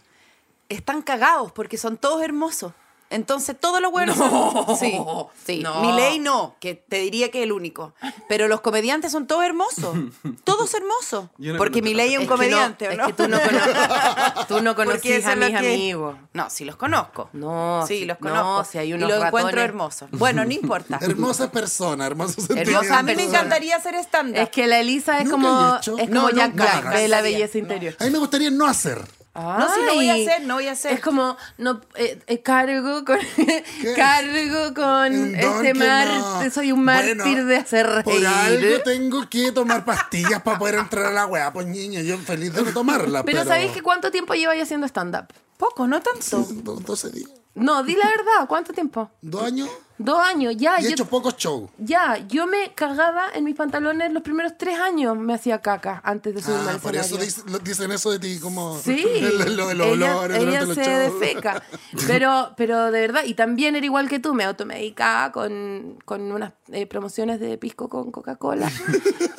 B: están cagados porque son todos hermosos. Entonces, todos los buenos. son- Sí, sí.
D: no.
B: Milei no, que te diría que es el único. Pero los comediantes son todos hermosos. Todos hermosos.
F: Yo no
B: porque
F: conozco
B: Milei es un comediante,
D: es
B: ¿o no?
D: que tú no, cono- tú no
B: Porque
D: conocís
B: eso
D: a
B: es lo
D: mis
B: que-
D: amigos.
B: No, sí los conozco.
D: No,
B: Sí,
D: si-
B: los
D: no,
B: conozco.
D: si hay
B: Y
D: unos
B: los encuentro
D: ratones.
B: hermosos. Bueno, no importa.
E: Hermosa persona, hermoso sentimiento.
B: Hermosa. A mí me
D: persona.
B: encantaría ser stand
D: Es que la Elisa es
E: Nunca
D: como,
E: he hecho.
D: es como
E: No,
D: Jack
E: nunca.
D: Black de la
B: No.
D: belleza interior.
E: A mí me gustaría no hacer.
B: No, sí, lo voy a
D: Ay.
B: hacer, no voy a hacer.
D: Es como, no, eh, eh, cargo con, cargo con
E: Un don
D: este
E: que
D: mar,
E: no.
D: soy un mártir
E: Bueno,
D: de hacer reír.
E: Por algo tengo que tomar pastillas para poder entrar a la weá. Pues niño, yo feliz de no tomarla.
D: Pero
E: Pero,
D: ¿sabéis que cuánto tiempo lleváis haciendo stand-up?
B: Poco, no tanto.
E: Do- 12 días,
D: No, di la verdad, ¿cuánto tiempo?
E: dos años
D: Dos años, ya.
E: y he
D: Ah, yo-
E: hecho pocos shows.
D: Ya, yo me cagaba en mis pantalones los primeros tres años, me hacía caca antes de subirme
E: Ah,
D: al
E: por eso
D: escenario.
E: dice- lo- dicen eso de ti, como
D: Sí,
E: el- lo de los
D: ella,
E: olores
D: ella
E: durante los
D: se
E: shows.
D: defeca. Pero, pero de verdad, y también era igual que tú, me automedicaba con, con unas eh, promociones de pisco con Coca-Cola.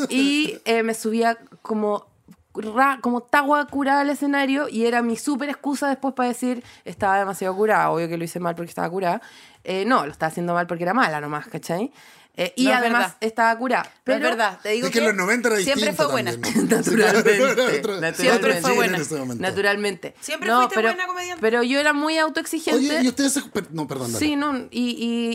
D: y eh, me subía como, ra- como tagua curada al escenario y era mi súper excusa después para decir, estaba demasiado curada, obvio que lo hice mal porque estaba curada. Eh, no, lo estaba haciendo mal porque era mala nomás, ¿cachai? Eh, y
B: No es
D: además
B: verdad.
D: estaba curada.
B: Pero
D: Pero
B: es verdad, te digo
E: Es que en los 90 era distinto
B: siempre fue buena.
E: también.
D: Naturalmente,
E: Otro-
D: naturalmente.
E: otro
B: fue
E: Chile
B: buena.
E: en ese momento.
D: Naturalmente.
B: Siempre fuiste buena comediante.
D: Pero yo era muy autoexigente.
E: Oye, y ustedes se... per- No, perdón. dale.
D: Sí, no, y,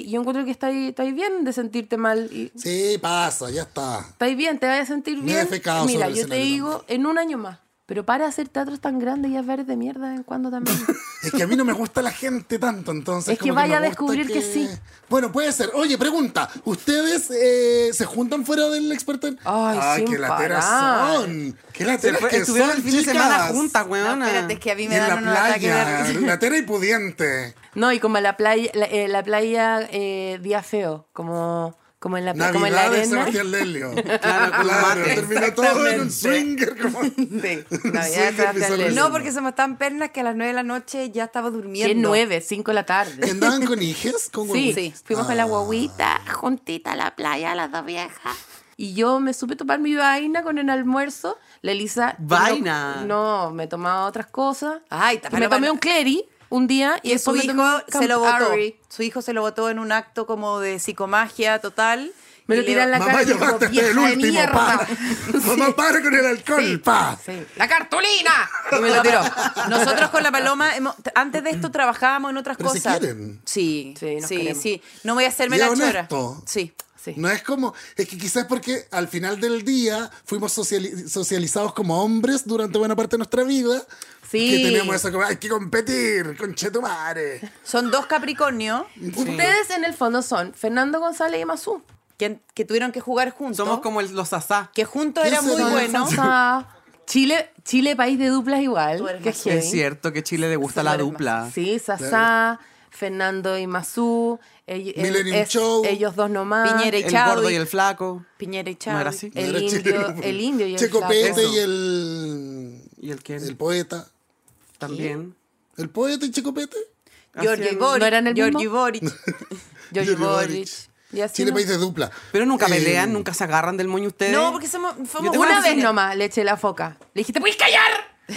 D: y yo encuentro que estáis estáis bien de sentirte mal. Y,
E: Sí, pasa, ya está.
D: Estáis bien, te vas a sentir
E: Me he
D: bien.
E: defecado
D: Mira,
E: sobre el
D: yo te
E: escenario
D: digo, en un año más. Pero para hacer teatros tan grandes y hacer de mierda de vez en cuando también.
E: Es que a mí no me gusta la gente tanto, entonces.
D: Es que
E: como
D: vaya
E: me
D: a
E: gusta
D: descubrir que sí.
E: Bueno, puede ser. Oye, pregunta. ¿Ustedes eh, se juntan fuera del experto?
D: Ay,
E: Ay
D: sin
E: qué lateras
D: parar.
E: son. Qué
F: Se
E: lateras
F: fue-
E: que
F: estuvieron
E: son,
F: el fin
E: chicas.
F: de semana juntas,
B: No,
F: weona.
B: espérate, es que a mí
E: Y
B: me
E: en la
B: dan un ataque
E: playa,
B: de...
E: latera y pudiente.
D: No, y como la playa, la, eh, la playa eh, día feo, como Como en la, como en la
E: Navidad de
D: arena.
E: Sebastián Lelio.
F: Claro, con
E: Claro,
F: mate.
E: termina todo en un
B: Exactamente.
E: swinger. Como...
B: Sí,
E: Sí,
B: Navidad
E: que
B: Sebastián
E: empezó
B: Lelio.
E: recién.
B: No, porque se me estaban pernas que a las 9 de la noche ya estaba durmiendo.
D: Que nueve, cinco de la
E: ¿Y
D: tarde.
E: andaban con hijes? Con Ah.
D: Sí,
E: huevitos?
D: fuimos con la guaguita, juntita a la playa, las dos viejas. Y yo me supe topar mi vaina con el almuerzo. La Elisa.
F: Vaina.
D: No, no, me tomaba otras cosas.
B: Ay, ta-
D: Y
B: pero
D: me tomé
B: bueno.
D: un clery un día y
B: Y su
D: después me tomé
B: hijo
D: un
B: se lo votó.
D: Campari.
B: Su hijo se lo votó en un acto como de psicomagia total.
D: Me
B: Y
D: lo tiró en la
E: Mamá,
D: cara. y dijo,
E: llevaste hasta el
D: "Vieja de
E: último,
D: mierda".
E: pa. Mamá, para con el alcohol, pa.
D: Sí. ¡La cartulina!
B: Y me lo tiró. Nosotros con la paloma, hemos- antes de esto trabajábamos en otras
E: Pero se
B: cosas.
E: quieren.
B: Sí,
D: Sí,
B: sí,
D: nos
B: sí,
D: queremos.
B: No voy a hacerme
E: Y
B: la
E: es
B: chora.
E: honesto.
B: Sí.
D: Sí.
E: No es como, es que quizás porque al final del día fuimos sociali- socializados como hombres durante buena parte de nuestra vida.
D: Sí.
E: Que tenemos eso como, hay que competir, conchetumare.
B: Son dos Capricornio
D: Ustedes en el fondo son Fernando González y Mazú.
B: que, que tuvieron que jugar juntos.
F: Somos como el- los asá.
B: Que juntos
E: ¿Quién
B: eran muy
E: será?
B: buenos.
D: Sansa. Chile, Chile, país de duplas igual.
B: Tú eres
D: Qué
B: más-
D: heavy.
F: Es cierto que Chile le gusta la dupla.
D: Sí, Sasá, Fernando y Mazú. ell- el-
E: Millennium
D: es-
E: Show.
D: Ellos dos nomás.
B: Piñera y
F: El
B: Chadwick.
F: gordo y el flaco.
B: Piñera y Chávez.
F: ¿No era así?
D: El
E: Era
D: indio-
E: chileno. pues.
D: el indio y el
E: Checo
D: flaco.
E: Pete
F: Eso.
E: y el,
F: ¿Y el quién?
E: el poeta.
F: También.
E: ¿El poeta y Checo Pete?
B: Georgie
F: Hacían-
B: Boric.
D: ¿No eran el
B: Georgie
D: mismo?
B: Boric.
D: Giorgio
E: Giorgio
D: Boric. Y así
E: Chile
D: no-
E: país de dupla.
F: Pero nunca
E: Eh,
F: pelean, nunca se agarran del moño ustedes.
B: No, porque somos, fuimos
F: tengo
D: Una
F: Bueno,
D: vez
F: sí.
D: nomás le eché la foca. Le dije, ¿te puedes callar?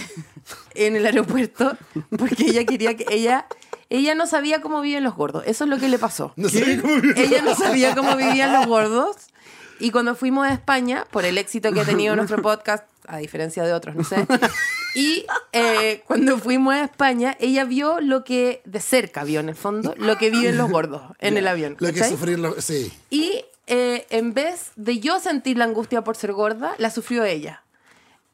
D: en el aeropuerto, porque ella quería que ella, ella no sabía cómo viven los gordos. Eso es lo que le pasó.
E: No sé cómo-
D: Ella no sabía cómo vivían los gordos. Y cuando fuimos a España, por el éxito que ha tenido nuestro podcast, a diferencia de otros, no sé. Y eh, cuando fuimos a España, ella vio lo que, de cerca vio en el fondo, lo que viven los gordos en el avión.
E: Lo que
D: ¿cachai?
E: sufrir, lo- sí.
D: Y eh, en vez de yo sentir la angustia por ser gorda, la sufrió ella.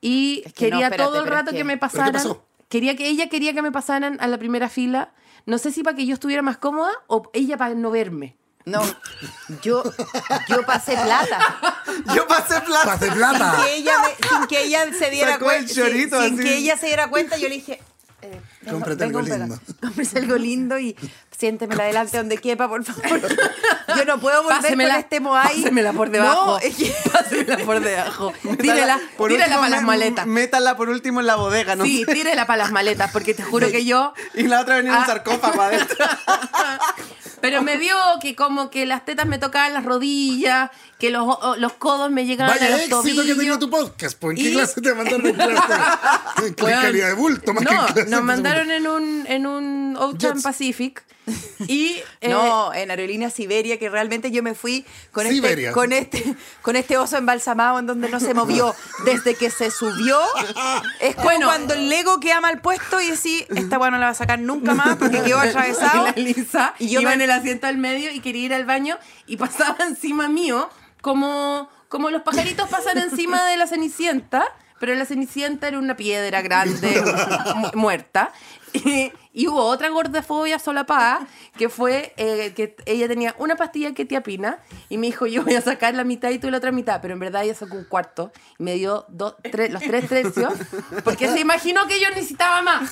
D: Y
B: Es que no,
D: quería
B: espérate,
D: todo el
B: pero es
D: rato
B: que-
D: que, me
B: ¿Pero
E: qué
D: pasaran.
E: pasó?
D: Quería que ella quería que me pasaran a la primera fila. No sé si para que yo estuviera más cómoda o ella para no verme.
B: No, yo, yo pasé plata.
F: Yo pasé plata.
E: Paz de plata.
B: Sin que ella, me- sin que ella se diera
F: Sacó el
B: cuenta.
F: chorito
B: sin
F: así.
B: que ella se diera cuenta, yo le dije. eh, vengo-
E: Cómprate algo
B: vengo,
E: lindo.
B: pero- Cómprese algo lindo y siéntemela adelante donde quepa, por favor. Yo no puedo volver con este Moai.
D: pásemela por
B: No,
D: debajo.
B: es que-
D: Pásemela por debajo. Tírela,
F: Por
D: tírela
F: último,
D: para las
F: me-
D: maletas.
F: Métala por último en la bodega, ¿no?
D: Sí, tírela para las maletas, porque te juro que yo
F: Y la otra venía en
D: Ah.
F: un sarcófago adentro.
D: Pero me vio que como que las tetas me tocaban las rodillas, que los, o- los codos me llegaban a
E: Vaya
D: los
E: éxito
D: tobillos.
E: que tenía tu podcast. ¿Por qué
D: Y-
E: clase te mandaron en clase? En
D: Weón.
E: calidad de bulto, más que en
D: No,
E: clase.
D: nos mandaron en un, en un Ocean
E: Jets.
D: Pacific y... eh,
B: No, en Aerolínea Siberia, que realmente yo me fui con este,
E: Siberia.
B: con este, con este oso embalsamado en donde no se movió. Desde que se subió, es como
D: Bueno.
B: cuando el Lego queda mal puesto y decís, esta weá no la va a sacar nunca más porque quedó atravesado.
D: Y la Lisa
B: Y yo
D: iba
B: me-
D: en el asiento al medio y quería ir al baño y pasaba encima mío como, como los pajaritos pasan encima de la Cenicienta, pero la Cenicienta era una piedra grande mu- muerta. Y, y hubo otra gordofobia solapada que fue eh, que ella tenía una pastilla que tiapina y me dijo yo voy a sacar la mitad y tú la otra mitad, pero en verdad ella sacó un cuarto y me dio dos, tres- los tres tercios porque se imaginó que yo necesitaba más.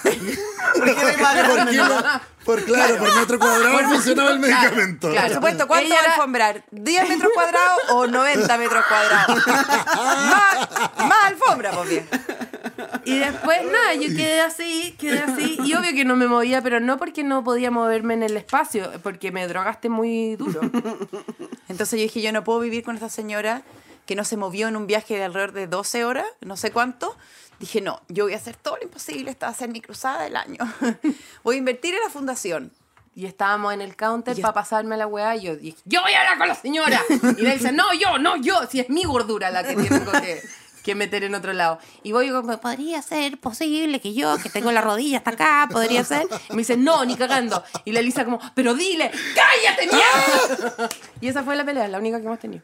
F: Porque era más
E: ¿Por
F: grande.
E: qué no? Por claro, por metro cuadrado
D: Por-
E: funcionaba el
D: claro,
E: medicamento.
B: Por
D: claro.
B: supuesto, ¿cuánto
D: Ella
B: va a
D: era-
B: alfombrar? ¿10 metros cuadrados o 90 metros cuadrados? más, más alfombra, por bien.
D: Y después, nada, yo quedé así, quedé así. Y obvio que no me movía, pero no porque no podía moverme en el espacio, porque me drogaste muy duro.
B: Entonces yo dije, yo no puedo vivir con esta señora que no se movió en un viaje de alrededor de 12 horas, no sé cuánto. Dije, no, yo voy a hacer todo lo imposible, esta va a ser mi cruzada del año. voy a invertir en la fundación.
D: Y estábamos en el counter
B: Y-
D: para pasarme la weá. Y yo dije, yo voy a hablar con la señora. Y le dice, no, yo, no, yo. Si es mi gordura la que tengo que, que meter en otro lado. Y voy como, podría ser posible que yo, que tengo la rodilla hasta acá, podría ser. Y me dice, no, ni cagando. Y la Elisa como, pero dile, cállate, mierda. Y esa fue la pelea, la única que hemos tenido.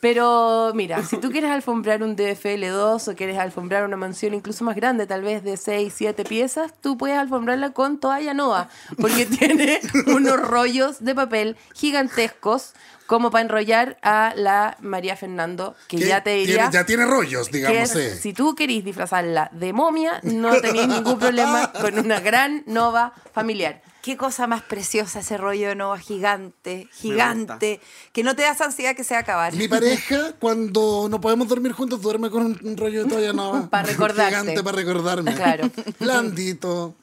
D: Pero mira, si tú quieres alfombrar un DFL2 o quieres alfombrar una mansión incluso más grande, tal vez de 6, 7 piezas, tú puedes alfombrarla con toalla Noa, porque tiene unos rollos de papel gigantescos como para enrollar a la María Fernando, que
E: Que
D: ya te
E: tiene-
D: diría
E: ya tiene rollos, digamos. eh.
D: que
E: sí.
D: si tú querís disfrazarla de momia, no tenéis ningún problema con una gran nova familiar.
B: Qué cosa más preciosa ese rollo de Nova gigante, gigante, que no te das ansiedad que se va a acabar.
E: Mi pareja, cuando no podemos dormir juntos, duerme con un, un rollo de toalla nova.
D: Pa' recordarte.
E: Gigante para recordarme.
B: Claro.
E: Blandito.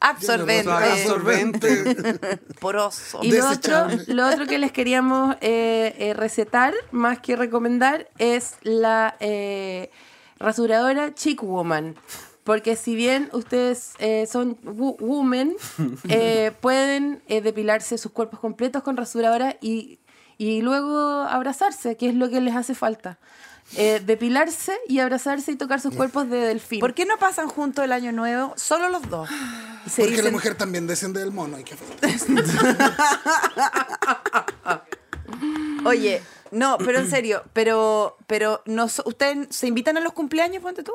B: Absorbente,
F: Absorbente.
B: poroso.
D: Y lo otro,
E: Desechable.
D: lo otro que les queríamos eh, eh, recetar, más que recomendar, es la eh, rasuradora Chic Woman. Porque si bien ustedes eh, son wo- women, eh, pueden eh, depilarse sus cuerpos completos con rasuradora y, y luego abrazarse, que es lo que les hace falta. Eh, depilarse y abrazarse y tocar sus cuerpos de delfín.
B: ¿Por qué no pasan juntos el año nuevo? Solo los dos.
D: Y se
E: Porque la
D: dicen-
E: mujer también desciende del mono. hay que-
B: Oye, no, pero en serio, pero, pero no, so- ¿ustedes se invitan a los cumpleaños, ponte tú?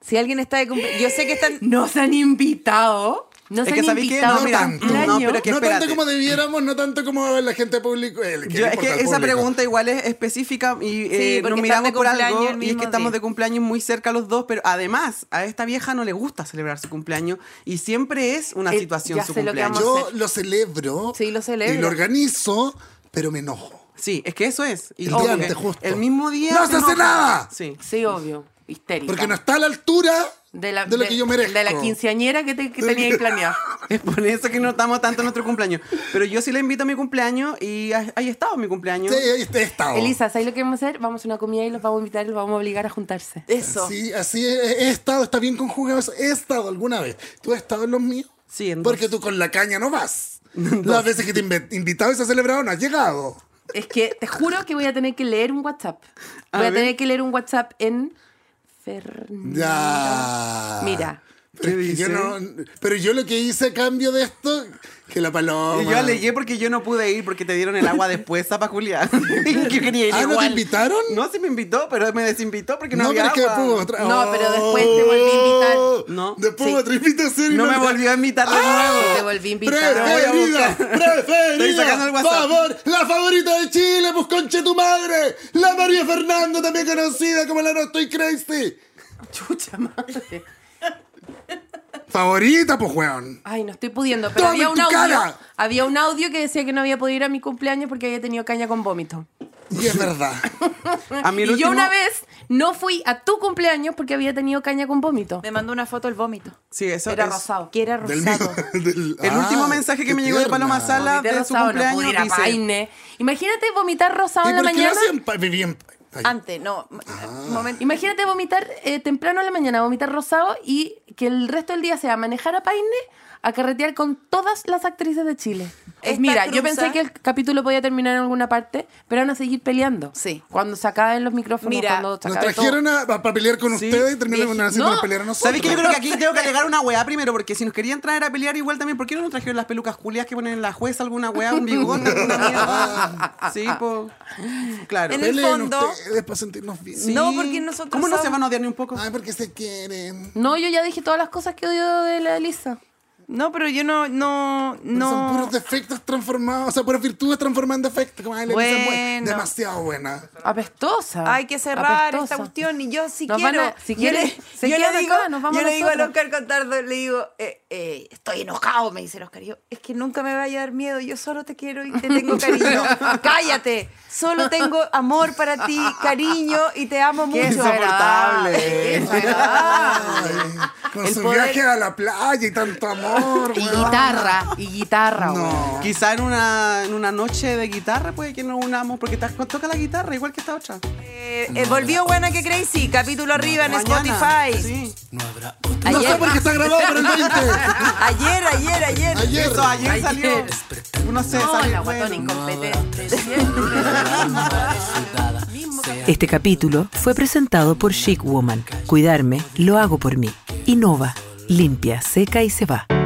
B: Si alguien está de cumpleaños. Yo sé que están.
D: Nos han invitado. Nos
F: Es
D: han
F: que sabéis que
D: invitado este
F: no,
E: por
F: mira,
E: tanto.
F: no,
D: cumpleaños.
F: pero que
E: no
F: espérate.
E: tanto como debiéramos, no tanto como la gente público. eh, que
F: Yo-
E: le
F: es
E: importa
F: que
E: al
F: esa
E: público.
F: pregunta igual es específica y eh, nos
B: porque están
F: miramos
B: de
F: por
B: cumpleaños
F: algo
B: el
F: y es
B: mismo
F: que estamos
B: día.
F: de cumpleaños muy cerca los dos, pero además a esta vieja no le gusta celebrar su cumpleaños y siempre es una
D: Eh,
F: situación
D: ya
F: su
D: sé lo que
F: cumpleaños.
D: vamos a
E: Yo lo celebro.
B: Sí, lo celebro.
E: Y lo organizo, pero me enojo.
F: Sí, es que eso es. Y
E: El
F: como
E: día
F: que
E: antes, justo.
F: El mismo día.
E: ¡No se hace
F: enoja.
E: nada!
F: Sí.
D: Sí, obvio. Histérica.
E: Porque no está a la altura
D: de, la,
E: lo
D: de-
E: que yo merezco.
D: De la quinceañera que, te, que tenías planeado.
F: Es por eso que no estamos tanto en nuestro cumpleaños. Pero yo sí le invito a mi cumpleaños y ha- ahí estado mi cumpleaños.
E: Sí, ahí está- he estado.
D: Elisa, ¿sabes lo que vamos a hacer? Vamos a una comida y los vamos a invitar y los vamos a obligar a juntarse.
B: Eso.
E: Sí, así he, he estado, está bien conjugado. eso. He estado alguna vez. ¿Tú has estado en los míos?
F: Sí, en
E: Porque
F: dos.
E: tú con la caña no vas. Las veces que te inve- invitado y se ha celebrado no has llegado.
D: Es que te juro que voy a tener que leer un WhatsApp.
F: A
D: Voy a,
F: ver.
D: tener que leer un WhatsApp en Fernanda.
E: Ya.
D: Mira.
E: Pero,
F: ¿Qué
E: es que yo
F: dice?
E: no- pero yo lo que hice a cambio de esto, que la paloma.
F: Y yo alegué porque yo no pude ir porque te dieron el agua después, para Julián. yo quería ir
E: Ah, ¿no te
F: igual.
E: invitaron?
F: No, sí me invitó, pero me desinvitó porque no,
E: No,
F: había
E: pero es que
F: agua.
E: después otra.
D: No, pero después te volví a
F: invitar. No.
E: Oh. Después
D: Sí.
E: otra invitación y ¡Ah!
F: No me volvió a invitar de nuevo.
D: Te volví a invitar.
E: ¡Preferida!
F: Estoy sacando
E: ¡Preferida!
F: el WhatsApp.
E: ¡Favor! ¡La favorita de Chile! ¡Pues conche tu madre! ¡La María Fernando, también conocida como la No Estoy Crazy!
D: Chucha madre.
E: ¡Favorita, pues, weón!
D: Ay, no estoy pudiendo. Pero
E: ¡Toma
D: había
E: en
D: un
E: tu
D: audio.
E: cara!
D: Había un audio que decía que no había podido ir a mi cumpleaños porque había tenido caña con vómito.
E: Y es verdad.
F: A mí
D: Y
F: el
D: yo
F: último-
D: una vez no fui a tu cumpleaños porque había tenido caña con vómito.
B: Me mandó una foto el vómito.
F: Sí, eso
D: Era
F: es-
D: rosado. Que era
E: Del
D: rosado.
E: mío- del-
F: El
E: Ah,
F: último mensaje que
E: qué
F: me llegó de
E: tierna.
F: Paloma Sala
D: Vomitar
F: Ah, de su
D: rosado, no
F: cumpleaños
D: pude ir a
F: dice,
D: Paine. Imagínate vomitar rosado
E: ¿Y
D: en la
E: por qué lo
D: mañana.
E: hacían? pa- Vivían. Ay, Ah.
B: Antes, no. m- momento.
D: Imagínate vomitar eh, temprano en la mañana, vomitar rosado y que el resto del día sea manejar a Paine a carretear con todas las actrices de Chile. Eh,
B: Esta
D: Mira, yo
B: cruza-
D: pensé que el capítulo podía terminar en alguna parte, pero van a seguir peleando.
B: Sí.
D: Cuando se acaben los micrófonos,
B: Mira,
D: cuando se
E: Nos
D: acabe todo.
E: trajeron a, a- para pelear con
F: Sí,
E: ustedes y terminaron
B: dije-
E: haciendo
D: no.
E: pelear a nosotros.
F: ¿Sabes qué? Yo creo que aquí tengo que alegar una weá primero, porque si nos querían traer a pelear igual también, ¿por qué no nos trajeron las pelucas culias que ponen en la jueza alguna weá, un bigón, alguna mierda? Sí, po. Claro.
B: En el
E: Peleen
B: fondo-
E: ustedes para sentirnos bien.
F: Sí.
B: No, porque nosotros
F: ¿Cómo no se
B: somos-
F: van a odiar ni un poco?
E: Ay, porque se quieren.
D: No, yo ya dije todas las cosas que odio de la Elisa.
B: No, pero yo no, no,
E: Son
B: no.
E: puros defectos transformados, o sea, puras virtudes transformadas en defectos. Como, ay, la Elisa es buena.
B: Bueno.
E: demasiado buena.
D: Apestosa.
B: Hay que cerrar
D: Apestosa.
B: esta cuestión y yo sí
D: Nos van
B: quiero.
D: a- si
B: yo
D: quiere-
B: le-
D: se
B: yo
D: queda
B: le digo,
D: acá, nos vamos
B: yo le digo al
D: nosotros.
B: Oscar Contardo, le digo, eh, eh, estoy enojado, me dice el Oscar. Y yo, es que nunca me vaya a dar miedo, yo solo te quiero y te tengo cariño. Cállate, solo tengo amor para ti, cariño y te amo
F: Qué
B: mucho.
F: insoportable.
E: Ay, con
B: El
E: su
B: poder-
E: viaje a la playa y tanto amor,
D: Y
E: weón.
D: guitarra, y guitarra. weón.
E: No.
F: Quizá en una, en una noche de guitarra puede que nos unamos, porque ta- toca la guitarra igual que esta otra.
B: Eh, eh, volvió buena que crazy, capítulo arriba en
F: Mañana.
B: Spotify.
F: Sí.
E: No sé por qué está grabado para el 20.
B: Ayer, ayer, ayer.
E: Ayer.
F: Eso ayer,
D: Ayer.
F: salió. Uno se
D: No,
F: sale.
D: la
F: bueno.
D: guatona incompetente. siempre.
A: Este capítulo fue presentado por Chic Woman. Cuidarme, lo hago por mí. Innova, limpia, seca y se va.